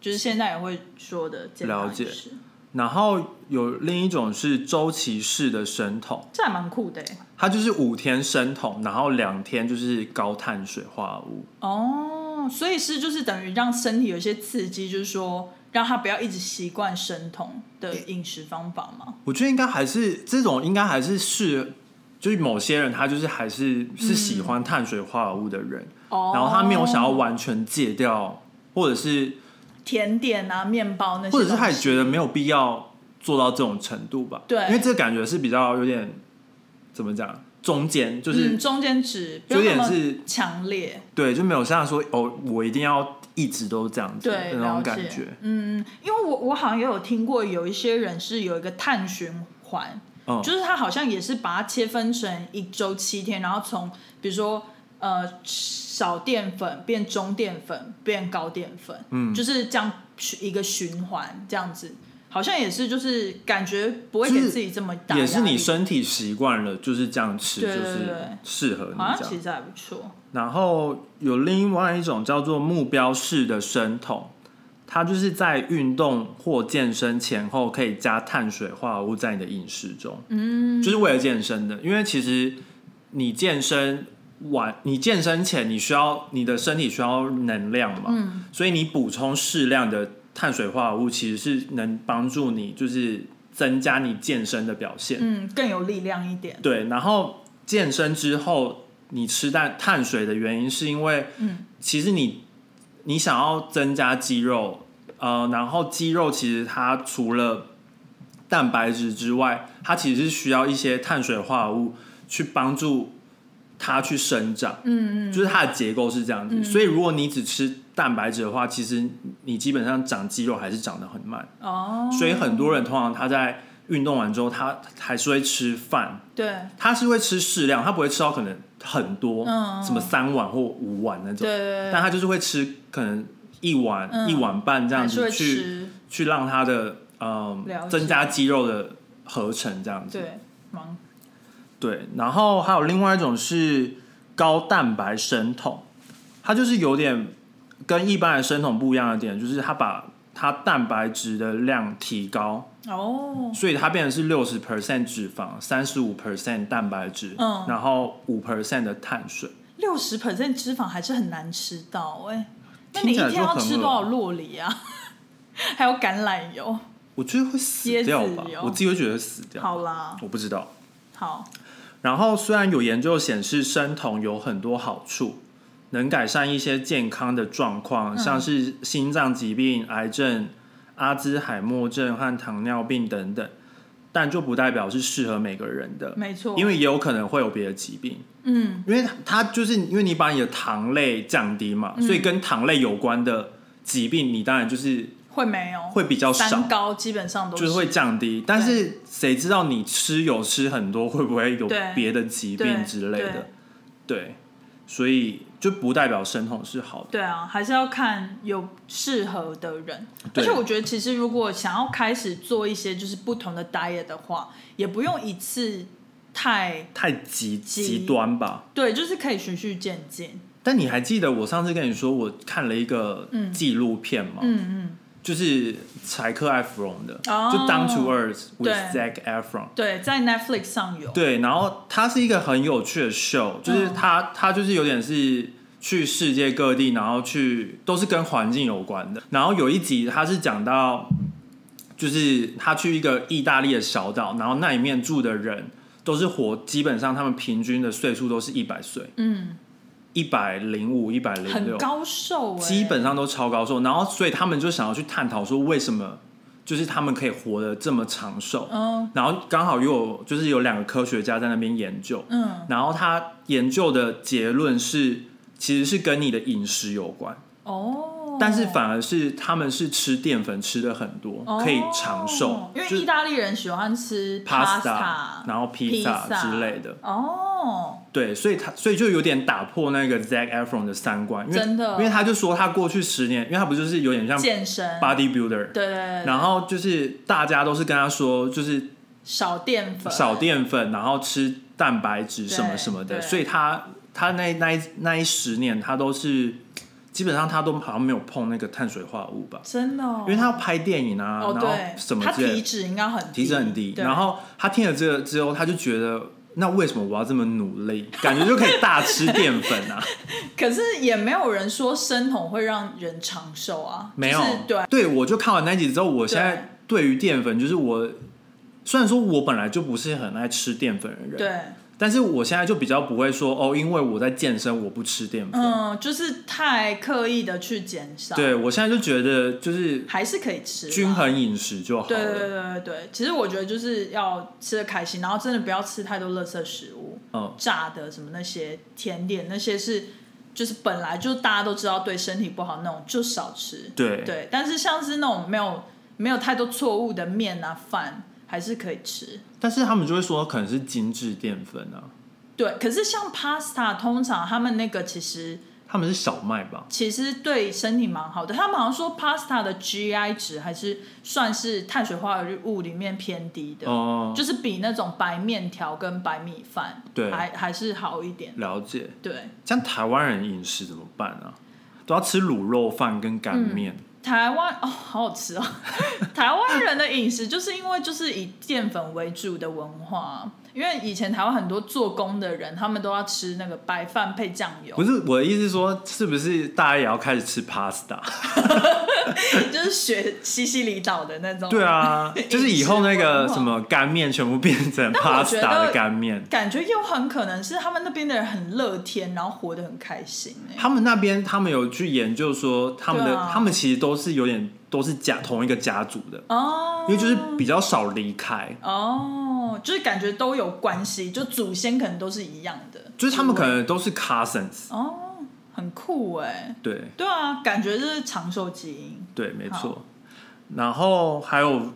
Speaker 1: 就是现在也会说的减
Speaker 2: 了
Speaker 1: 糖
Speaker 2: 解
Speaker 1: 饮食，
Speaker 2: 然后有另一种是周期式的生酮，
Speaker 1: 这还蛮酷的欸
Speaker 2: 它就是五天生酮，然后两天就是高碳水化合物。
Speaker 1: 哦。所以是就是等于让身体有一些刺激，就是说让他不要一直习惯生酮的饮食方法嘛。
Speaker 2: 我觉得应该还是这种，应该还是是，就是某些人他就是还是是喜欢碳水化合物的人，
Speaker 1: 嗯哦，
Speaker 2: 然后他没有想要完全戒掉，或者是
Speaker 1: 甜点啊、面包那些东西，
Speaker 2: 或者是他也觉得没有必要做到这种程度吧。
Speaker 1: 对
Speaker 2: 因为这感觉是比较有点怎么讲，中间就是、
Speaker 1: 嗯、中间值
Speaker 2: 有点
Speaker 1: 不用
Speaker 2: 是
Speaker 1: 那么强烈，
Speaker 2: 对，就没有像说哦，我一定要一直都这样子
Speaker 1: 对
Speaker 2: 的，那
Speaker 1: 了
Speaker 2: 种
Speaker 1: 解
Speaker 2: 感觉。
Speaker 1: 嗯，因为我我好像也有听过有一些人是有一个碳循环，
Speaker 2: 嗯，
Speaker 1: 就是他好像也是把它切分成一周七天，然后从比如说呃少淀粉变中淀粉变高淀粉，
Speaker 2: 嗯
Speaker 1: 就是这样一个循环这样子。好像也是，就是感觉不会
Speaker 2: 就
Speaker 1: 给
Speaker 2: 是
Speaker 1: 自己这么大，
Speaker 2: 也是你，身体习惯了，就是这样吃，
Speaker 1: 对对
Speaker 2: 就是
Speaker 1: 对
Speaker 2: 适合你
Speaker 1: 好像
Speaker 2: 这样
Speaker 1: 其。实还不错。
Speaker 2: 然后有另外一种叫做目标式的生酮，它就是在运动或健身前后可以加碳水化合物在你的饮食中，嗯，就是为了健身的。因为其实你健身完，你健身前你需要你的身体需要能量嘛，
Speaker 1: 嗯，
Speaker 2: 所以你补充适量的碳水化合物其实是能帮助你就是增加你健身的表现，
Speaker 1: 嗯，更有力量一点。
Speaker 2: 对，然后健身之后，你吃碳碳水的原因是因为，
Speaker 1: 嗯，
Speaker 2: 其实你你想要增加肌肉，呃，然后肌肉其实它除了蛋白质之外，它其实是需要一些碳水化合物去帮助它去生长，
Speaker 1: 嗯嗯，嗯
Speaker 2: 就是它的结构是这样子。所以如果你只吃蛋白质的话，其实你基本上长肌肉还是长得很慢。
Speaker 1: 哦，
Speaker 2: 所以很多人通常他在运动完之后，他还是会吃饭。
Speaker 1: 对
Speaker 2: 他是会吃适量，他不会吃到可能很多，
Speaker 1: 嗯
Speaker 2: 什么三碗或五碗那种，
Speaker 1: 对对
Speaker 2: 但他就是会吃可能一碗、
Speaker 1: 嗯
Speaker 2: 一碗半这
Speaker 1: 对，
Speaker 2: 样
Speaker 1: 还是
Speaker 2: 子
Speaker 1: 会
Speaker 2: 去
Speaker 1: 吃。
Speaker 2: 去让他的嗯
Speaker 1: 了解
Speaker 2: 增加肌肉的合成这样子。
Speaker 1: 对，忙
Speaker 2: 对，然后还有另外一种是高蛋白生酮，它就是有点跟一般的生酮不一样的点，就是它把它蛋白质的量提高，
Speaker 1: 哦，
Speaker 2: 所以它变成是六十 percent 脂肪，三十五 percent 蛋白质，
Speaker 1: 嗯
Speaker 2: 然后五 percent 的碳水。
Speaker 1: 六十 percent 脂肪还是很难吃到哎、那你一
Speaker 2: 听起来
Speaker 1: 天要
Speaker 2: 就很
Speaker 1: 吃
Speaker 2: 饿
Speaker 1: 多少洛里啊？ 还有橄榄油？
Speaker 2: 我觉得会死
Speaker 1: 椰子
Speaker 2: 掉吧，
Speaker 1: 油
Speaker 2: 我自己会觉得死掉。
Speaker 1: 好啦，
Speaker 2: 我不知道。
Speaker 1: 好，
Speaker 2: 然后虽然有研究显示生酮有很多好处，能改善一些健康的状
Speaker 1: 嗯
Speaker 2: 况，像是心脏疾病、癌症、阿兹海默症和糖尿病等等，但就不代表是适合每个人的，
Speaker 1: 没错，
Speaker 2: 因为也有可能会有别的疾病。
Speaker 1: 嗯
Speaker 2: 因为它就是因为你把你的糖类降低嘛，
Speaker 1: 嗯
Speaker 2: 所以跟糖类有关的疾病，你当然就是
Speaker 1: 会没有
Speaker 2: 会比较少
Speaker 1: 三，高基本上都
Speaker 2: 就是会降低。但是谁知道你吃有吃很多，会不会有
Speaker 1: 对
Speaker 2: 别的疾
Speaker 1: 对
Speaker 2: 病之类的？对，所以就不代表生酮是好的。
Speaker 1: 对啊，还是要看有适合的人。而
Speaker 2: 对
Speaker 1: 且我觉得，其实如果想要开始做一些就是不同的 diet 的话，也不用一次太
Speaker 2: 太极
Speaker 1: 极
Speaker 2: 极端吧？
Speaker 1: 对，就是可以循序渐进。
Speaker 2: 但你还记得我上次跟你说，我看了一个
Speaker 1: 嗯
Speaker 2: 纪录片吗？
Speaker 1: 嗯嗯，
Speaker 2: 就是柴克艾弗隆的，
Speaker 1: 哦
Speaker 2: 就《Down to Earth
Speaker 1: 对
Speaker 2: with Zac Efron》。
Speaker 1: 对，在 Netflix 上有。
Speaker 2: 对，然后它是一个很有趣的 show，就是
Speaker 1: 嗯
Speaker 2: 它、它就是有点是去世界各地，然后去都是跟环境有关的。然后有一集它是讲到，就是他去一个意大利的小岛，然后那里面住的人都是活，基本上他们平均的岁数都是一百岁，
Speaker 1: 嗯，
Speaker 2: 一百零五、一百零
Speaker 1: 很
Speaker 2: 六，
Speaker 1: 高瘦、欸，
Speaker 2: 基本上都超高寿。然后所以他们就想要去探讨说，为什么就是他们可以活得这么长寿。
Speaker 1: 嗯
Speaker 2: 然后刚好又有就是有两个科学家在那边研究，
Speaker 1: 嗯
Speaker 2: 然后他研究的结论是，其实是跟你的饮食有关，
Speaker 1: 哦，
Speaker 2: 但是反而是他们是吃淀粉吃的很多，
Speaker 1: 哦
Speaker 2: 可以长寿，
Speaker 1: 因为
Speaker 2: 就
Speaker 1: 意
Speaker 2: 是
Speaker 1: 大利人喜欢吃
Speaker 2: pasta，然后披
Speaker 1: 披
Speaker 2: 萨
Speaker 1: 萨
Speaker 2: 之类的。
Speaker 1: 哦，
Speaker 2: 对，所以他所以就有点打破那个 Zac Efron 的三观，因为
Speaker 1: 真的
Speaker 2: 因为他就说他过去十年，因为他不就是有点像
Speaker 1: 健身，
Speaker 2: bodybuilder，
Speaker 1: 对对对，
Speaker 2: 然后就是大家都是跟他说，就是
Speaker 1: 少淀粉，
Speaker 2: 少淀粉，然后吃蛋白质什么什么的，
Speaker 1: 对对
Speaker 2: 所以他他那那一那一十年，他都是基本上他都好像没有碰那个碳水化合物吧，
Speaker 1: 真的、哦，
Speaker 2: 因为他要拍电影啊，
Speaker 1: 哦
Speaker 2: 然
Speaker 1: 对
Speaker 2: 后，什么
Speaker 1: 他
Speaker 2: 之
Speaker 1: 体
Speaker 2: 类的，
Speaker 1: 脂应该很
Speaker 2: 体脂很低。
Speaker 1: 对
Speaker 2: 然后他听了这个之后，他就觉得。那为什么我要这么努力？感觉就可以大吃淀粉 啊！
Speaker 1: 可是也没有人说生酮会让人长寿啊，
Speaker 2: 没有
Speaker 1: 就是、对，
Speaker 2: 我就看完那集之后，我现在对于淀粉，就是我虽然说我本来就不是很爱吃淀粉的人，
Speaker 1: 对，
Speaker 2: 但是我现在就比较不会说哦，因为我在健身，我不吃淀粉。
Speaker 1: 嗯，就是太刻意的去减少，
Speaker 2: 对，我现在就觉得就是
Speaker 1: 还是可以吃啊啦
Speaker 2: 均。衡饮食就好
Speaker 1: 对对
Speaker 2: 了。
Speaker 1: 对对对对，其实我觉得就是要吃的开心，然后真的不要吃太多垃圾食物，
Speaker 2: 嗯，
Speaker 1: 炸的什么那些甜点那些是，就是本来就大家都知道对身体不好那种就少吃。
Speaker 2: 对
Speaker 1: 对，但是像是那种没有没有太多错误的面啊饭还是可以吃。
Speaker 2: 但是他们就会说可能是精致淀粉啊，
Speaker 1: 对，可是像 pasta，通常他们那个其实
Speaker 2: 他们是小麦吧？
Speaker 1: 其实对身体蛮好的。他们好像说 pasta 的 GI 值还是算是碳水化合物里面偏低的，
Speaker 2: 哦、
Speaker 1: 就是比那种白面条跟白米饭
Speaker 2: 对
Speaker 1: 还还是好一点。
Speaker 2: 了解。
Speaker 1: 对，
Speaker 2: 像台湾人饮食怎么办啊？都要吃卤肉饭跟干面，
Speaker 1: 台湾哦，好好吃哦！ 台湾人的饮食就是因为就是以淀粉为主的文化，因为以前台湾很多做工的人，他们都要吃那个白饭配酱油
Speaker 2: 不，是我的意思是说，是不是大家也要开始吃 pasta？
Speaker 1: 就是学西西里岛的那种。
Speaker 2: 对 啊，就是以后那个
Speaker 1: 饮食文化
Speaker 2: 什么干面全部变成
Speaker 1: 但我觉
Speaker 2: pasta
Speaker 1: 得
Speaker 2: 的干面。
Speaker 1: 感觉又很可能是他们那边的人很乐天，然后活得很开心、欸、
Speaker 2: 他们那边，他们有去研究说，他们的、
Speaker 1: 对啊
Speaker 2: 他们其实都是有点都是家同一个家族的，
Speaker 1: 哦，
Speaker 2: 因为就是比较少离开，
Speaker 1: 哦，就是感觉都有关系，就祖先可能都是一样的，
Speaker 2: 就是他们可能都是 cousins，
Speaker 1: 哦，很酷哎、
Speaker 2: 对
Speaker 1: 对啊，感觉就是长寿基因。
Speaker 2: 对，没错
Speaker 1: 好。
Speaker 2: 然后还有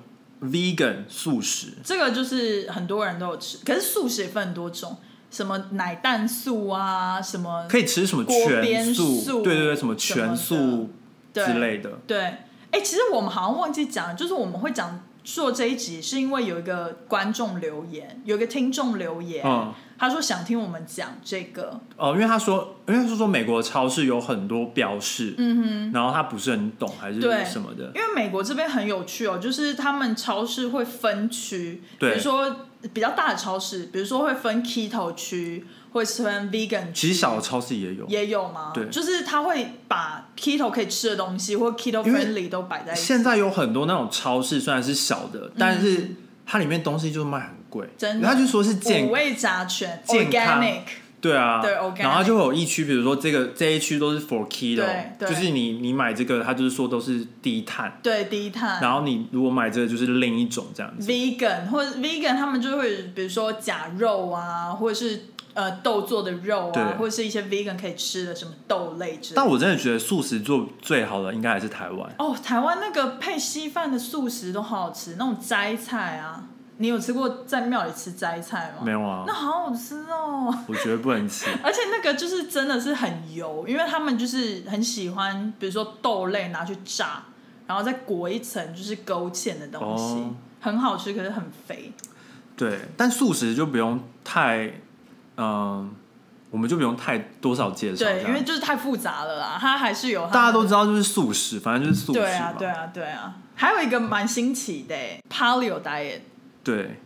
Speaker 2: vegan 素食，
Speaker 1: 这个就是很多人都有吃，可是素食也分很多种，什么奶蛋素啊，什么
Speaker 2: 可以吃什么
Speaker 1: 锅边
Speaker 2: 全素，
Speaker 1: 素
Speaker 2: 对对对，什么全
Speaker 1: 什
Speaker 2: 素
Speaker 1: 么对
Speaker 2: 之类的，
Speaker 1: 对，哎、其实我们好像忘记讲，就是我们会讲做这一集，是因为有一个观众留言，有一个听众留言，
Speaker 2: 嗯。
Speaker 1: 他说想听我们讲这个，
Speaker 2: 哦，因为他说，因为他说美国超市有很多标示，嗯哼，然后他不是很懂还是
Speaker 1: 对
Speaker 2: 什么的，
Speaker 1: 因为美国这边很有趣哦，就是他们超市会分区，比
Speaker 2: 对
Speaker 1: 如说比较大的超市，比如说会分 keto 区，会分 vegan 区，
Speaker 2: 其实小的超市也有，
Speaker 1: 也有吗？
Speaker 2: 对
Speaker 1: 就是他会把 keto 可以吃的东西或 keto
Speaker 2: 因为
Speaker 1: friendly 都摆在一起，嗯
Speaker 2: 现在有很多那种超市，虽然是小的，但是它里面东西就卖很贵，
Speaker 1: 真的
Speaker 2: 他就说是健
Speaker 1: 五味杂全
Speaker 2: 健康
Speaker 1: ，organic，
Speaker 2: 对啊，
Speaker 1: 对
Speaker 2: 然后
Speaker 1: organic
Speaker 2: 它就会有一区，比如说这个这一区都是 for keto，
Speaker 1: 对对
Speaker 2: 就是你你买这个，它就是说都是低碳，
Speaker 1: 对低碳，
Speaker 2: 然后你如果买这个就是另一种这样子。
Speaker 1: vegan 或者 vegan 他们就会比如说假肉啊，或者是呃豆做的肉
Speaker 2: 对
Speaker 1: 啊，或者是一些 vegan 可以吃的什么豆类之类
Speaker 2: 但
Speaker 1: 的。
Speaker 2: 我真的觉得素食做最好的应该还是台湾，
Speaker 1: 哦，台湾那个配稀饭的素食都好好吃，那种斋菜啊，你有吃过在庙里吃斋菜吗？
Speaker 2: 没有啊
Speaker 1: 那，好好吃哦。
Speaker 2: 我觉得不能吃。
Speaker 1: 而且那个就是真的是很油，因为他们就是很喜欢，比如说豆类拿去炸，然后再裹一层就是勾芡的东西，
Speaker 2: 哦
Speaker 1: 很好吃，可是很肥。
Speaker 2: 对，但素食就不用太，嗯、我们就不用太多少介绍这
Speaker 1: 对，
Speaker 2: 样，
Speaker 1: 因为就是太复杂了啦，它还是有它的
Speaker 2: 大家都知道就是素食，反正就是素食嘛。
Speaker 1: 对啊，对啊，对啊。还有一个蛮新奇的欸 Paleo diet，
Speaker 2: 对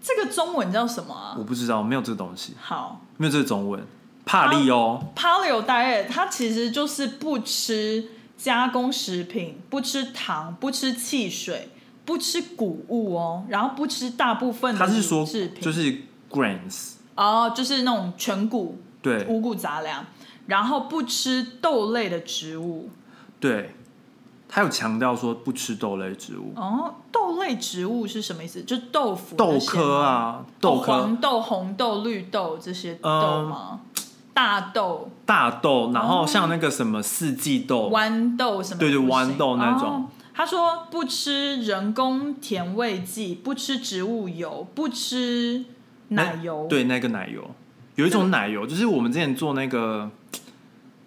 Speaker 1: 这个中文叫什么啊
Speaker 2: 我？不知道，没有这东西，
Speaker 1: 好
Speaker 2: 没有这中文。帕利哦，
Speaker 1: ，Paleo diet 它其实就是不吃加工食品，不吃糖，不吃汽水，不吃谷物哦，然后不吃大部分的
Speaker 2: 他是说
Speaker 1: 乳制品，
Speaker 2: 就是 grains，
Speaker 1: 哦，就是那种全谷、
Speaker 2: 对
Speaker 1: 五谷杂粮，然后不吃豆类的植物。
Speaker 2: 对，他有强调说不吃豆类植物，
Speaker 1: 哦，豆类植物是什么意思？就豆腐那
Speaker 2: 豆
Speaker 1: 些
Speaker 2: 科
Speaker 1: 吗
Speaker 2: 啊，豆科
Speaker 1: 哦
Speaker 2: 嗯
Speaker 1: 黄、豆、红豆、绿豆这些豆吗？大豆、
Speaker 2: 大豆，然后
Speaker 1: 哦
Speaker 2: 像那个什么四季豆，
Speaker 1: 豌豆什么的不行？
Speaker 2: 对对豌豆那
Speaker 1: 哦
Speaker 2: 种
Speaker 1: 他说不吃人工甜味剂，不吃植物油，不吃
Speaker 2: 那
Speaker 1: 奶油。，
Speaker 2: 对那个奶油，有一种奶油，就是我们之前做那个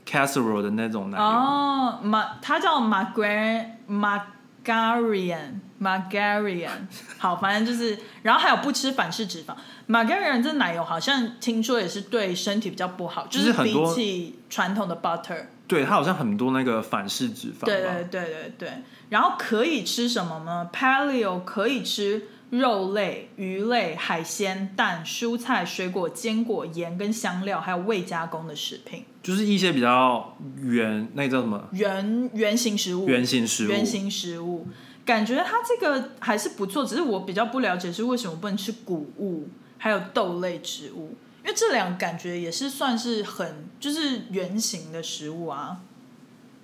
Speaker 2: casserole 的那种奶油，
Speaker 1: 哦，马，它叫 Margar Margarian Margarian，好，反正就是，然后还有不吃反式脂肪。Margarian 这奶油好像听说也是对身体比较不好，就
Speaker 2: 就是
Speaker 1: 是
Speaker 2: 很
Speaker 1: 比
Speaker 2: 多
Speaker 1: 起传统的 butter。
Speaker 2: 对，它好像很多那个反式脂肪吧，
Speaker 1: 对对对对对。然后可以吃什么呢？Paleo 可以吃肉类、鱼类、海鲜、蛋、蔬菜、水果、坚果、盐跟香料，还有未加工的食品，
Speaker 2: 就是一些比较圆，那个叫什么
Speaker 1: 原原型食物。
Speaker 2: 圆形食物，
Speaker 1: 原型食物，感觉它这个还是不错，只是我比较不了解是为什么不能吃谷物，还有豆类植物，因为这两个感觉也是算是很就是圆形的食物啊。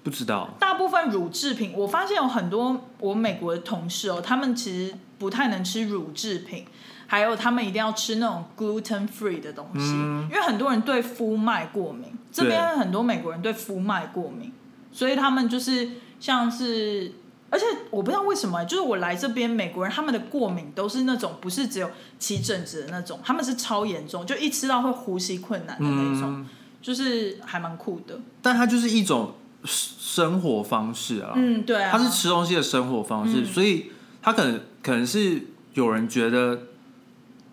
Speaker 2: 不知道，
Speaker 1: 大部分乳制品，我发现有很多我美国的同事哦，他们其实不太能吃乳制品，还有他们一定要吃那种 gluten free 的东西，因为很多人对麸麦过敏，这边很多美国人对麸麦过敏，所以他们就是像是。而且我不知道为什么，就是我来这边，美国人他们的过敏都是那种不是只有起疹子的那种，他们是超严重，就一吃到会呼吸困难的那种，
Speaker 2: 嗯，
Speaker 1: 就是还蛮酷的。
Speaker 2: 但它就是一种生活方式啊，
Speaker 1: 嗯，对啊，
Speaker 2: 它是吃东西的生活方式，
Speaker 1: 嗯
Speaker 2: 所以它可能可能是有人觉得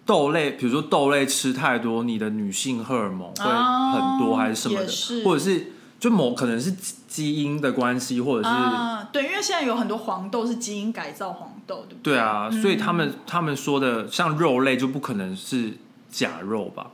Speaker 2: 豆类，比如说豆类吃太多，你的女性荷尔蒙会很多
Speaker 1: 哦
Speaker 2: 还是什么的，
Speaker 1: 也是
Speaker 2: 或者是就某可能是基基因的关系，或者是、
Speaker 1: 啊，对，因为现在有很多黄豆是基因改造黄豆，对不对？嗯
Speaker 2: 对啊，所以他们他们说的像肉类就不可能是假肉吧，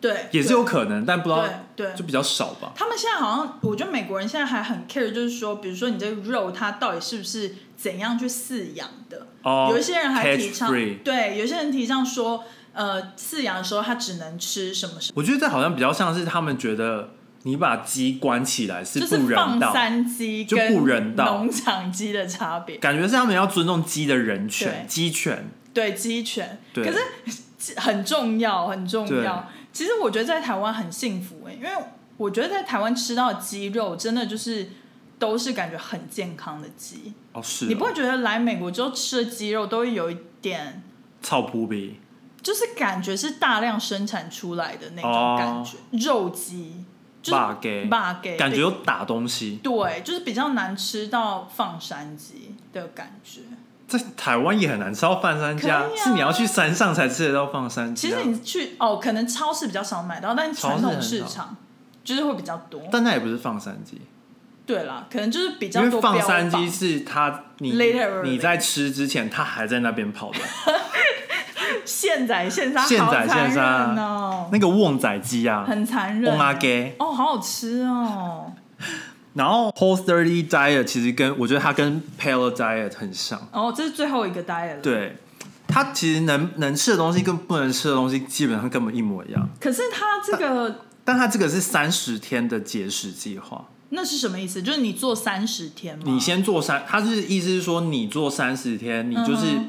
Speaker 1: 对，
Speaker 2: 也是有可能，但不知道
Speaker 1: 对对。
Speaker 2: 就
Speaker 1: 对
Speaker 2: 比较少吧。
Speaker 1: 他们现在好像，我觉得美国人现在还很 care，就是说，比如说你这个肉它到底是不是怎样去饲养的？
Speaker 2: 哦，
Speaker 1: 有一些人还
Speaker 2: cage
Speaker 1: 提倡
Speaker 2: free，
Speaker 1: 对，有些人提倡说，呃，饲养的时候它只能吃什么什么，
Speaker 2: 我觉得这好像比较像是他们觉得你把鸡关起来是
Speaker 1: 就
Speaker 2: 不
Speaker 1: 是
Speaker 2: 人
Speaker 1: 放
Speaker 2: 道，
Speaker 1: 山鸡
Speaker 2: 就
Speaker 1: 跟
Speaker 2: 不人道
Speaker 1: 农场鸡的差别。
Speaker 2: 感觉是他们要尊重鸡的人权、
Speaker 1: 对
Speaker 2: 鸡权。
Speaker 1: 对鸡犬，
Speaker 2: 对
Speaker 1: 可是很重要，很重要。其实我觉得在台湾很幸福哎、因为我觉得在台湾吃到的鸡肉，真的就是都是感觉很健康的鸡。
Speaker 2: 哦，是哦
Speaker 1: 你不会觉得来美国之后吃的鸡肉都会有一点，
Speaker 2: 操扑鼻
Speaker 1: 就是感觉是大量生产出来的那种感觉，肉鸡就是
Speaker 2: 哦霸给，
Speaker 1: 霸给
Speaker 2: 感觉有打东西。
Speaker 1: 对，就是比较难吃到放山鸡的感觉。
Speaker 2: 在台湾也很难吃到放山鸡
Speaker 1: 可以啊
Speaker 2: 是你要去山上才吃得到放山
Speaker 1: 其
Speaker 2: 鸡、啊。
Speaker 1: 实你去哦，可能超市比较少买到，但传统
Speaker 2: 超市
Speaker 1: 市
Speaker 2: 很少
Speaker 1: 场就是会比较多。
Speaker 2: 但那也不是放山鸡，
Speaker 1: 对啦，可能就是比
Speaker 2: 因
Speaker 1: 较
Speaker 2: 为
Speaker 1: 多
Speaker 2: 放
Speaker 1: 标
Speaker 2: 山
Speaker 1: 榜
Speaker 2: 鸡是它你
Speaker 1: Literally
Speaker 2: 你在吃之前，它还在那边 跑的。
Speaker 1: 现宰现杀，
Speaker 2: 现宰
Speaker 1: 好残
Speaker 2: 现杀
Speaker 1: 忍哦，
Speaker 2: 那个旺仔鸡啊，
Speaker 1: 很残
Speaker 2: 旺
Speaker 1: 忍。
Speaker 2: 阿给。
Speaker 1: 哦，好好吃哦。
Speaker 2: 然后 Whole Thirty Diet 其实跟我觉得它跟 Paleo Diet 很像，
Speaker 1: 哦，这是最后一个 diet 了。
Speaker 2: 对，它其实能能吃的东西跟不能吃的东西基本上根本一模一样。
Speaker 1: 可是它这个
Speaker 2: 但它这个是三十天的节食计划，
Speaker 1: 那是什么意思？就是你做三十天吗？
Speaker 2: 你先做三，它是意思是说你做三十天，你就是
Speaker 1: 嗯哼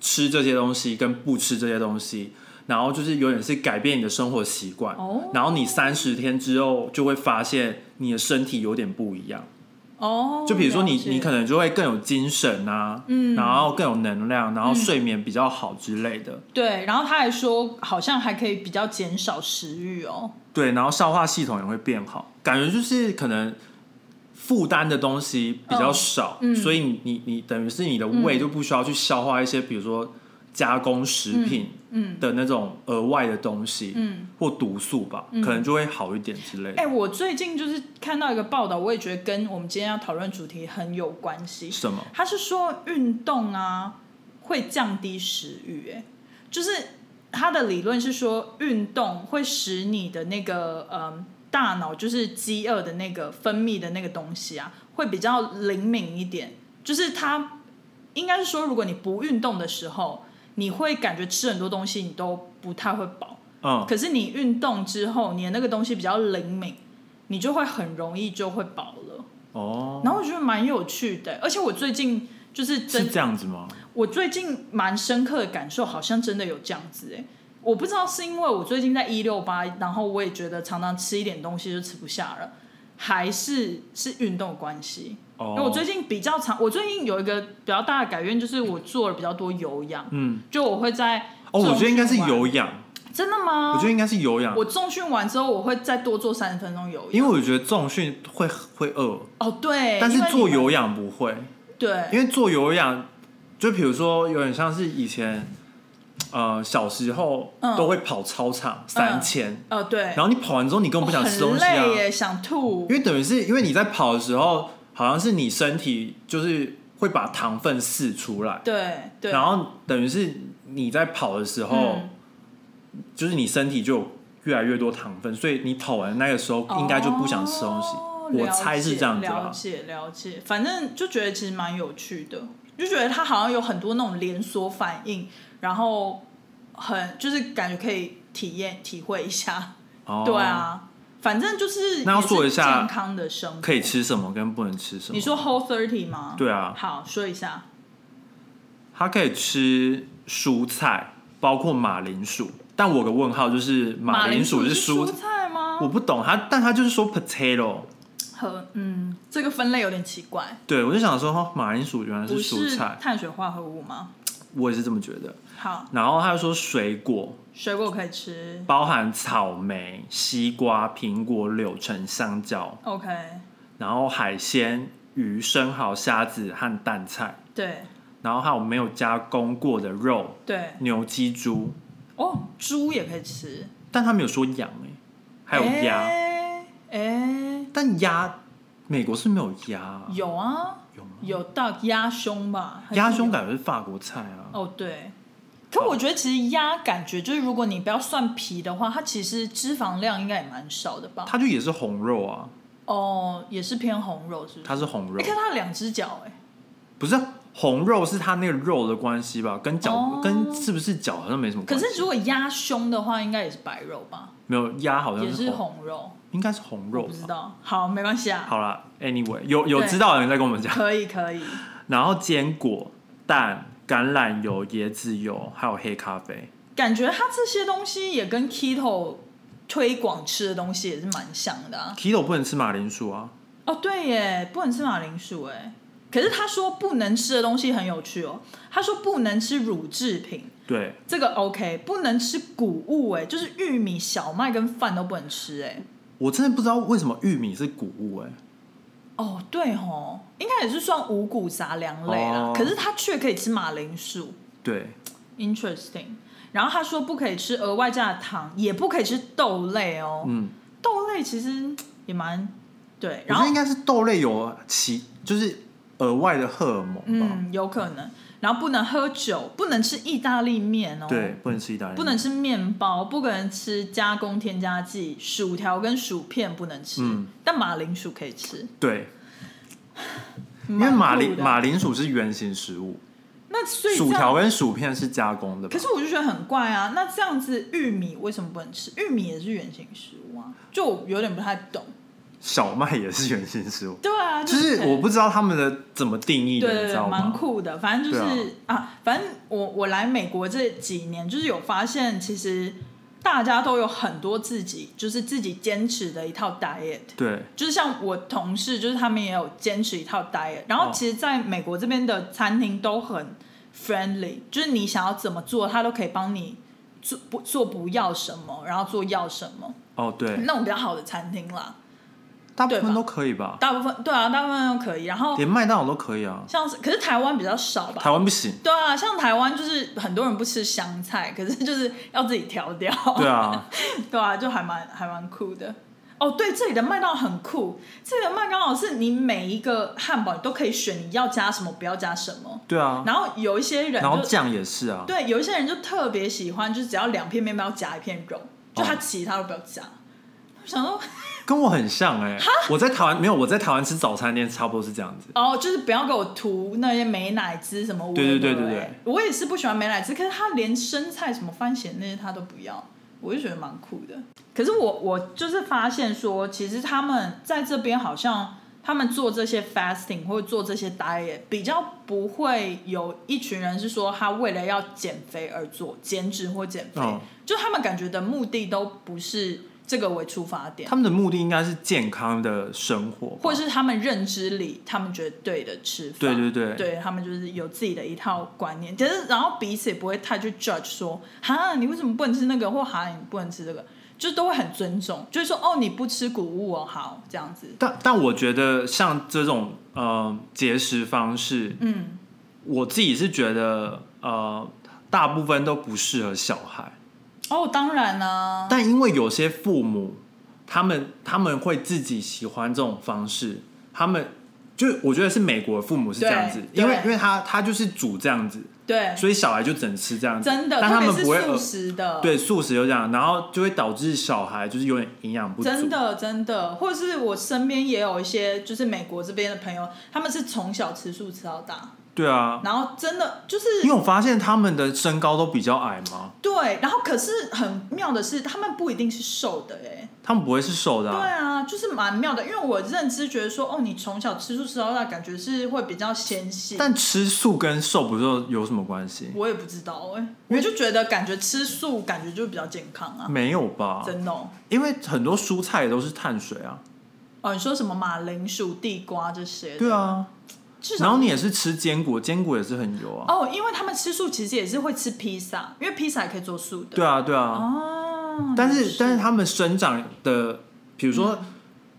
Speaker 2: 吃这些东西跟不吃这些东西，然后就是有点是改变你的生活习惯，
Speaker 1: 哦
Speaker 2: 然后你三十天之后就会发现你的身体有点不一样。
Speaker 1: 哦，
Speaker 2: 就比如说你
Speaker 1: 了，解
Speaker 2: 你可能就会更有精神啊，
Speaker 1: 嗯
Speaker 2: 然后更有能量，然后睡眠比较好之类的，
Speaker 1: 对，然后他还说好像还可以比较减少食欲哦。
Speaker 2: 对，然后消化系统也会变好，感觉就是可能负担的东西比较少，
Speaker 1: 嗯嗯
Speaker 2: 所以你你你等于是你的胃就不需要去消化一些，比如说加工食品
Speaker 1: 嗯
Speaker 2: 的那种额外的东西，
Speaker 1: 嗯，
Speaker 2: 或毒素吧，可能就会好一点之类的。
Speaker 1: 哎、我最近就是看到一个报道，我也觉得跟我们今天要讨论主题很有关系。
Speaker 2: 什么？
Speaker 1: 他是说运动啊会降低食欲，哎，就是他的理论是说运动会使你的那个嗯大脑就是饥饿的那个分泌的那个东西啊会比较灵敏一点，就是它应该是说如果你不运动的时候，你会感觉吃很多东西你都不太会饱，
Speaker 2: 嗯，
Speaker 1: 可是你运动之后，你的那个东西比较灵敏，你就会很容易就会饱了。
Speaker 2: 哦，
Speaker 1: 然后我觉得蛮有趣的，而且我最近就是
Speaker 2: 是
Speaker 1: 真，
Speaker 2: 这样子吗？
Speaker 1: 我最近蛮深刻的感受，好像真的有这样子哎。我不知道是因为我最近在一六八，然后我也觉得常常吃一点东西就吃不下了，还是是运动的关系。因为我
Speaker 2: 哦，
Speaker 1: 最近比较常，我最近有一个比较大的改变，就是我做了比较多有氧，
Speaker 2: 嗯，
Speaker 1: 就我会在
Speaker 2: 哦，我觉得应该是
Speaker 1: 重训完，
Speaker 2: 有氧，
Speaker 1: 真的吗？
Speaker 2: 我觉得应该是有氧，
Speaker 1: 我重训完之后，我会再多做三十分钟有氧。
Speaker 2: 因为我觉得重训会会饿，
Speaker 1: 哦，对，
Speaker 2: 但是
Speaker 1: 因为你
Speaker 2: 做
Speaker 1: 们
Speaker 2: 有氧不会，
Speaker 1: 对，
Speaker 2: 因为做有氧，就比如说有点像是以前，呃，小时候
Speaker 1: 嗯
Speaker 2: 都会跑操场三千，
Speaker 1: 呃对，哦
Speaker 2: 然后你跑完之后你根本不想吃东西啊
Speaker 1: 很，累耶，想吐
Speaker 2: 因。为等于是因为你在跑的时候，好像是你身体就是会把糖分释出来，
Speaker 1: 对对，
Speaker 2: 然后等于是你在跑的时候，
Speaker 1: 嗯
Speaker 2: 就是你身体就有越来越多糖分，所以你跑完那个时候应该就不想吃东西，
Speaker 1: 哦
Speaker 2: 我猜是这样子啊
Speaker 1: 了
Speaker 2: 吧。
Speaker 1: 解了解，反正就觉得其实蛮有趣的，就觉得它好像有很多那种连锁反应，然后很就是感觉可以体验体会一下。
Speaker 2: 哦
Speaker 1: 对，啊，反正就是
Speaker 2: 那要
Speaker 1: 也是
Speaker 2: 说一下
Speaker 1: 健康的生活，
Speaker 2: 可以。吃什么跟不能吃什么。
Speaker 1: 你说 Whole Thirty 吗？
Speaker 2: 对啊，
Speaker 1: 好，说一下。
Speaker 2: 它可以吃蔬菜，包括马铃薯。但我有个问号就是马
Speaker 1: 铃
Speaker 2: 铃薯
Speaker 1: 是
Speaker 2: 蔬，
Speaker 1: 菜吗？
Speaker 2: 我不懂它，但它就是说 potato。
Speaker 1: 和嗯，这个分类有点奇怪，
Speaker 2: 对，我就想说，哦，马铃薯原来
Speaker 1: 不
Speaker 2: 是蔬
Speaker 1: 是
Speaker 2: 菜，
Speaker 1: 碳水化合物吗？
Speaker 2: 我也是这么觉得。
Speaker 1: 好，
Speaker 2: 然后他又说水果
Speaker 1: 水果可以吃
Speaker 2: 包含草莓、西瓜、苹果、柳橙、香蕉，
Speaker 1: ，OK，
Speaker 2: 然后海鲜、鱼、生蚝、虾子和蛋菜，
Speaker 1: 对
Speaker 2: 然后还有没有加工过的肉、
Speaker 1: 对，
Speaker 2: 牛、鸡、猪，
Speaker 1: 哦，猪也可以吃，
Speaker 2: 但他没有说羊哎、还有鸭。
Speaker 1: 哎哎，
Speaker 2: 但鸭，美国是没有鸭啊、
Speaker 1: 有啊，
Speaker 2: 有吗？
Speaker 1: 有到鸭胸吧？还是
Speaker 2: 鸭胸
Speaker 1: 有
Speaker 2: 感觉是法国菜啊。
Speaker 1: 哦，对。可我觉得其实鸭感觉就是，如果你不要算皮的话，它其实脂肪量应该也蛮少的吧？
Speaker 2: 它就也是红肉啊，
Speaker 1: 哦，也是偏红肉，是不是？
Speaker 2: 它是红肉
Speaker 1: 你，看它有两只脚，哎，
Speaker 2: 不是红肉是它那个肉的关系吧？跟脚、
Speaker 1: 哦
Speaker 2: 跟是不是脚好像没什么
Speaker 1: 可
Speaker 2: 关系。
Speaker 1: 是如果鸭胸的话，应该也是白肉吧？
Speaker 2: 没有鸭好像
Speaker 1: 也是
Speaker 2: 红，
Speaker 1: 红肉，
Speaker 2: 应该是红肉
Speaker 1: 不知
Speaker 2: 吧？
Speaker 1: 道。好，没关系啊，
Speaker 2: 好啦 a n y w a y 有有
Speaker 1: 对
Speaker 2: 知道的人再跟我们讲。
Speaker 1: 可以可以。
Speaker 2: 然后坚果、蛋、橄榄油、椰子油，还有黑咖啡。
Speaker 1: 感觉它这些东西也跟 keto 推广吃的东西也是蛮像的、啊。
Speaker 2: Keto 不能吃马铃薯啊，
Speaker 1: 哦，对耶，不能吃马铃薯哎。可是他说不能吃的东西很有趣哦。他说不能吃乳制品，
Speaker 2: 对，
Speaker 1: 这个 OK，不能吃谷物哎，就是玉米、小麦跟饭都不能吃哎。
Speaker 2: 我真的不知道为什么玉米是谷物哎、
Speaker 1: 哦，对哦，应该也是算五谷杂粮类啦。
Speaker 2: 哦
Speaker 1: 可是他却可以吃马铃薯
Speaker 2: 对，
Speaker 1: ，interesting。然后他说不可以吃额外加的糖，也不可以吃豆类哦。
Speaker 2: 嗯。
Speaker 1: 豆类其实也蛮对，然
Speaker 2: 我觉得
Speaker 1: 后
Speaker 2: 应该是豆类有其就是额外的荷尔蒙吧。
Speaker 1: 嗯有可能，然后不能喝酒，不能吃意大利面哦，
Speaker 2: 对，，不能吃意大利面，
Speaker 1: 不能吃面包，不能吃加工添加剂，薯条跟薯片不能吃，
Speaker 2: 嗯
Speaker 1: 但马铃薯可以吃，
Speaker 2: 对，因为
Speaker 1: 蛮
Speaker 2: 马
Speaker 1: 酷
Speaker 2: 铃
Speaker 1: 的
Speaker 2: 马铃薯是原型食物，
Speaker 1: 那所以这
Speaker 2: 薯
Speaker 1: 样
Speaker 2: 条跟薯片是加工的吧？
Speaker 1: 可是我就觉得很怪啊，那这样子玉米为什么不能吃？玉米也是圆形食物啊，就我有点不太懂。
Speaker 2: 小麦也是原 型食物，
Speaker 1: 对啊，
Speaker 2: 就是是我不知道他们的怎么定义
Speaker 1: 对
Speaker 2: 的，
Speaker 1: 对
Speaker 2: 你知
Speaker 1: 对，
Speaker 2: 道
Speaker 1: 蛮
Speaker 2: 吗？
Speaker 1: 酷的。反正就是啊反正我我来美国这几年，就是有发现，其实大家都有很多自己就是自己坚持的一套 diet。
Speaker 2: 对，
Speaker 1: 就是像我同事，就是他们也有坚持一套 diet，然后
Speaker 2: 哦
Speaker 1: 其实在美国这边的餐厅都很 friendly，就是你想要怎么做，他都可以帮你做不做不要什么，然后做要什么，
Speaker 2: 哦对，
Speaker 1: 那种比较好的餐厅啦，
Speaker 2: 大部
Speaker 1: 对吧
Speaker 2: 分都可以吧，
Speaker 1: 大部分对啊，大部分都可以。然后
Speaker 2: 连麦当劳都可以 啊，
Speaker 1: 像是，可是台湾比较少吧
Speaker 2: 台，湾不行。
Speaker 1: 对啊，像台湾就是很多人不吃香菜，可是就是要自己调掉。
Speaker 2: 对啊，
Speaker 1: 对啊，就还蛮还蛮酷的。哦，对，这里的麦当劳很酷。这里的麦当劳是你每一个汉堡你都可以选你要加什么，不要加什么。
Speaker 2: 对啊，
Speaker 1: 然后有一些人
Speaker 2: 然后
Speaker 1: 就
Speaker 2: 酱也是啊，
Speaker 1: 对，有一些人就特别喜欢，就是只要两片面包夹一片肉，就
Speaker 2: 哦
Speaker 1: 他其他都不要加。我想说，
Speaker 2: 跟我很像哎、我在台湾没有，我在台湾吃早餐店差不多是这样子。
Speaker 1: 哦，就是不要给我涂那些美乃滋什么。
Speaker 2: 对对对对
Speaker 1: 我也
Speaker 2: 对
Speaker 1: 我也是不喜欢美乃滋，可是他连生菜什么番茄那些他都不要，我就觉得蛮酷的。可是我我就是发现说，其实他们在这边好像他们做这些 fasting 或者做这些 diet，比较不会有一群人是说他为了要减肥而做减脂或减肥，
Speaker 2: 嗯
Speaker 1: 就他们感觉的目的都不是这个为出发点
Speaker 2: 他。们的目的应该是健康的生活吧，
Speaker 1: 或者是他们认知里，他们觉得对的吃法，
Speaker 2: 对对对
Speaker 1: 对他们就是有自己的一套观念，其实然后彼此也不会太去 judge 说，哈，你为什么不能吃那个，或哈，你不能吃这个，就是都会很尊重，就是说，哦，你不吃谷物哦，好，这样子，
Speaker 2: 但但我觉得像这种呃节食方式，
Speaker 1: 嗯，
Speaker 2: 我自己是觉得呃大部分都不适合小孩，
Speaker 1: 哦，当然啦、
Speaker 2: 但因为有些父母他们他们会自己喜欢这种方式，他们就我觉得是美国的父母是这样子，
Speaker 1: 对
Speaker 2: 因为
Speaker 1: 对
Speaker 2: 因为他他就是煮这样子，
Speaker 1: 对，
Speaker 2: 所以小孩就只能吃这样子，
Speaker 1: 真的，
Speaker 2: 但
Speaker 1: 特
Speaker 2: 他
Speaker 1: 别
Speaker 2: 们
Speaker 1: 是
Speaker 2: 不会
Speaker 1: 素
Speaker 2: 饿。
Speaker 1: 食的，
Speaker 2: 对素食就这样，然后就会导致小孩就是有点营养不足。
Speaker 1: 真的真的，或者是我身边也有一些就是美国这边的朋友，他们是从小吃素吃到大，
Speaker 2: 对啊，
Speaker 1: 然后真的就是
Speaker 2: 因为我发现他们的身高都比较矮嘛，
Speaker 1: 对，然后可是很妙的是，他们不一定是瘦的哎、
Speaker 2: 他们不会是瘦的、
Speaker 1: 对
Speaker 2: 啊。
Speaker 1: 啊，就是蛮妙的，因为我认知觉得说，哦，你从小吃素吃到大，感觉是会比较纤细。
Speaker 2: 但吃素跟瘦不是有什么关系？
Speaker 1: 我也不知道哎、我就觉得感觉吃素感觉就比较健康啊，
Speaker 2: 没有吧？
Speaker 1: 真的哦。
Speaker 2: 因为很多蔬菜也都是碳水啊。
Speaker 1: 哦，你说什么马铃薯、地瓜这些？
Speaker 2: 对，啊，
Speaker 1: 至
Speaker 2: 然
Speaker 1: 少
Speaker 2: 后你也是吃坚果，坚果也是很油啊。
Speaker 1: 哦，因为他们吃素其实也是会吃披萨，因为披萨也可以做素的。
Speaker 2: 对啊，对啊。
Speaker 1: 哦，
Speaker 2: 但
Speaker 1: 也
Speaker 2: 是但是他们生长的，比如说、
Speaker 1: 嗯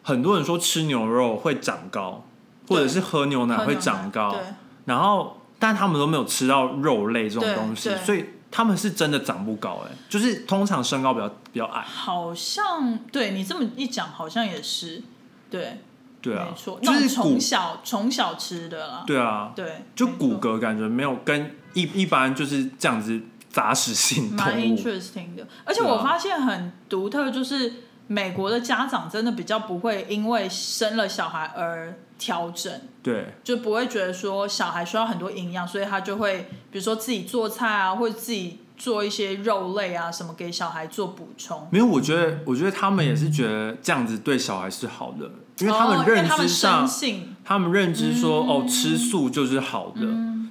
Speaker 2: 很多人说吃牛肉会长高，
Speaker 1: 对
Speaker 2: 或者是喝牛奶
Speaker 1: 喝
Speaker 2: 会
Speaker 1: 牛奶
Speaker 2: 长高
Speaker 1: 对，
Speaker 2: 然后但他们都没有吃到肉类这
Speaker 1: 对
Speaker 2: 种东西
Speaker 1: 对，
Speaker 2: 所以他们是真的长不高哎、就是通常身高比较比较矮。
Speaker 1: 好像对你这么一讲，好像也是对。
Speaker 2: 对啊
Speaker 1: 没错，，
Speaker 2: 就
Speaker 1: 那种
Speaker 2: 是骨
Speaker 1: 从小从小吃的啦，
Speaker 2: 对啊，
Speaker 1: 对，
Speaker 2: 就
Speaker 1: 没错
Speaker 2: 骨骼感觉没有跟一一般就是这样子杂食性
Speaker 1: 蛮
Speaker 2: 动物。
Speaker 1: interesting 的。而且
Speaker 2: 对啊
Speaker 1: 我发现很独特，就是美国的家长真的比较不会因为生了小孩而调整，
Speaker 2: 对
Speaker 1: 就不会觉得说小孩需要很多营养，所以他就会比如说自己做菜啊，或者自己做一些肉类啊什么给小孩做补充。
Speaker 2: 没有，我觉得我觉得他们也是觉得这样子对小孩是好的，因为他
Speaker 1: 哦
Speaker 2: 们认
Speaker 1: 他
Speaker 2: 知
Speaker 1: 们
Speaker 2: 上
Speaker 1: 生，嗯性
Speaker 2: 他们认知说、哦，吃素就是好的，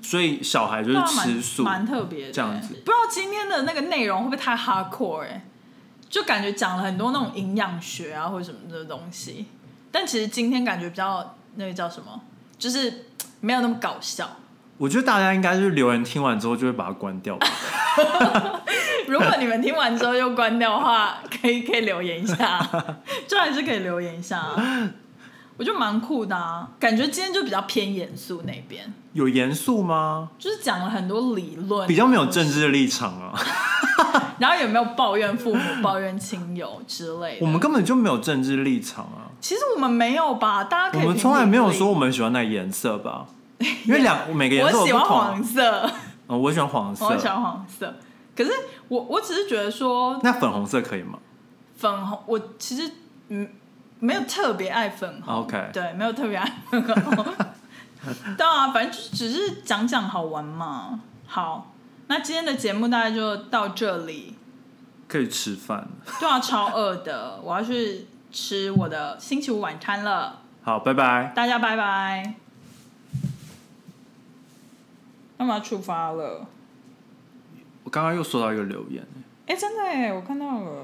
Speaker 2: 所以小孩就
Speaker 1: 嗯
Speaker 2: 是
Speaker 1: 对啊
Speaker 2: 吃素。
Speaker 1: 蛮蛮特别的欸
Speaker 2: 这样子
Speaker 1: 不知道今天的那个内容会不会太 hardcore 哎、就感觉讲了很多那种营养学啊或者什么的东西，但其实今天感觉比较那个叫什么，就是嘖没有那么搞笑。
Speaker 2: 我觉得大家应该就是留言听完之后就会把它关掉吧。
Speaker 1: 如果你们听完之后又关掉的话，可以可以留言一下， 就还是可以留言一下、啊。我觉得蛮酷的啊，感觉今天就比较偏严肃那边，
Speaker 2: 有严肃吗？
Speaker 1: 就是讲了很多理论，
Speaker 2: 比较没有政治立场 啊，
Speaker 1: 然后也没有抱怨父母、抱怨亲友之类的。
Speaker 2: 我们根本就没有政治立场啊。
Speaker 1: 其实我们没有吧，大家可
Speaker 2: 我
Speaker 1: 以。
Speaker 2: 们从来没有说，我们喜欢哪个颜色 吧，因为两每个颜色
Speaker 1: 我
Speaker 2: 都不
Speaker 1: 喜
Speaker 2: 同
Speaker 1: 欢
Speaker 2: 啊。
Speaker 1: 黄色，
Speaker 2: 嗯，我喜欢黄色。
Speaker 1: 我喜欢黄色。可是我我只是觉得说
Speaker 2: 那粉红色可以吗？
Speaker 1: 粉红，我其实嗯没有特别爱粉红
Speaker 2: OK
Speaker 1: 对，没有特别爱粉红。对啊，反正就是只是讲讲好玩嘛。好，那今天的节目大概就到这里。
Speaker 2: 可以吃饭。
Speaker 1: 对啊，超饿的，我要去吃我的星期五晚餐了。
Speaker 2: 好，拜拜。
Speaker 1: 大家拜拜。那么要出发了。
Speaker 2: 我刚刚又收到一个留言。
Speaker 1: 哎，真的哎，我看到了。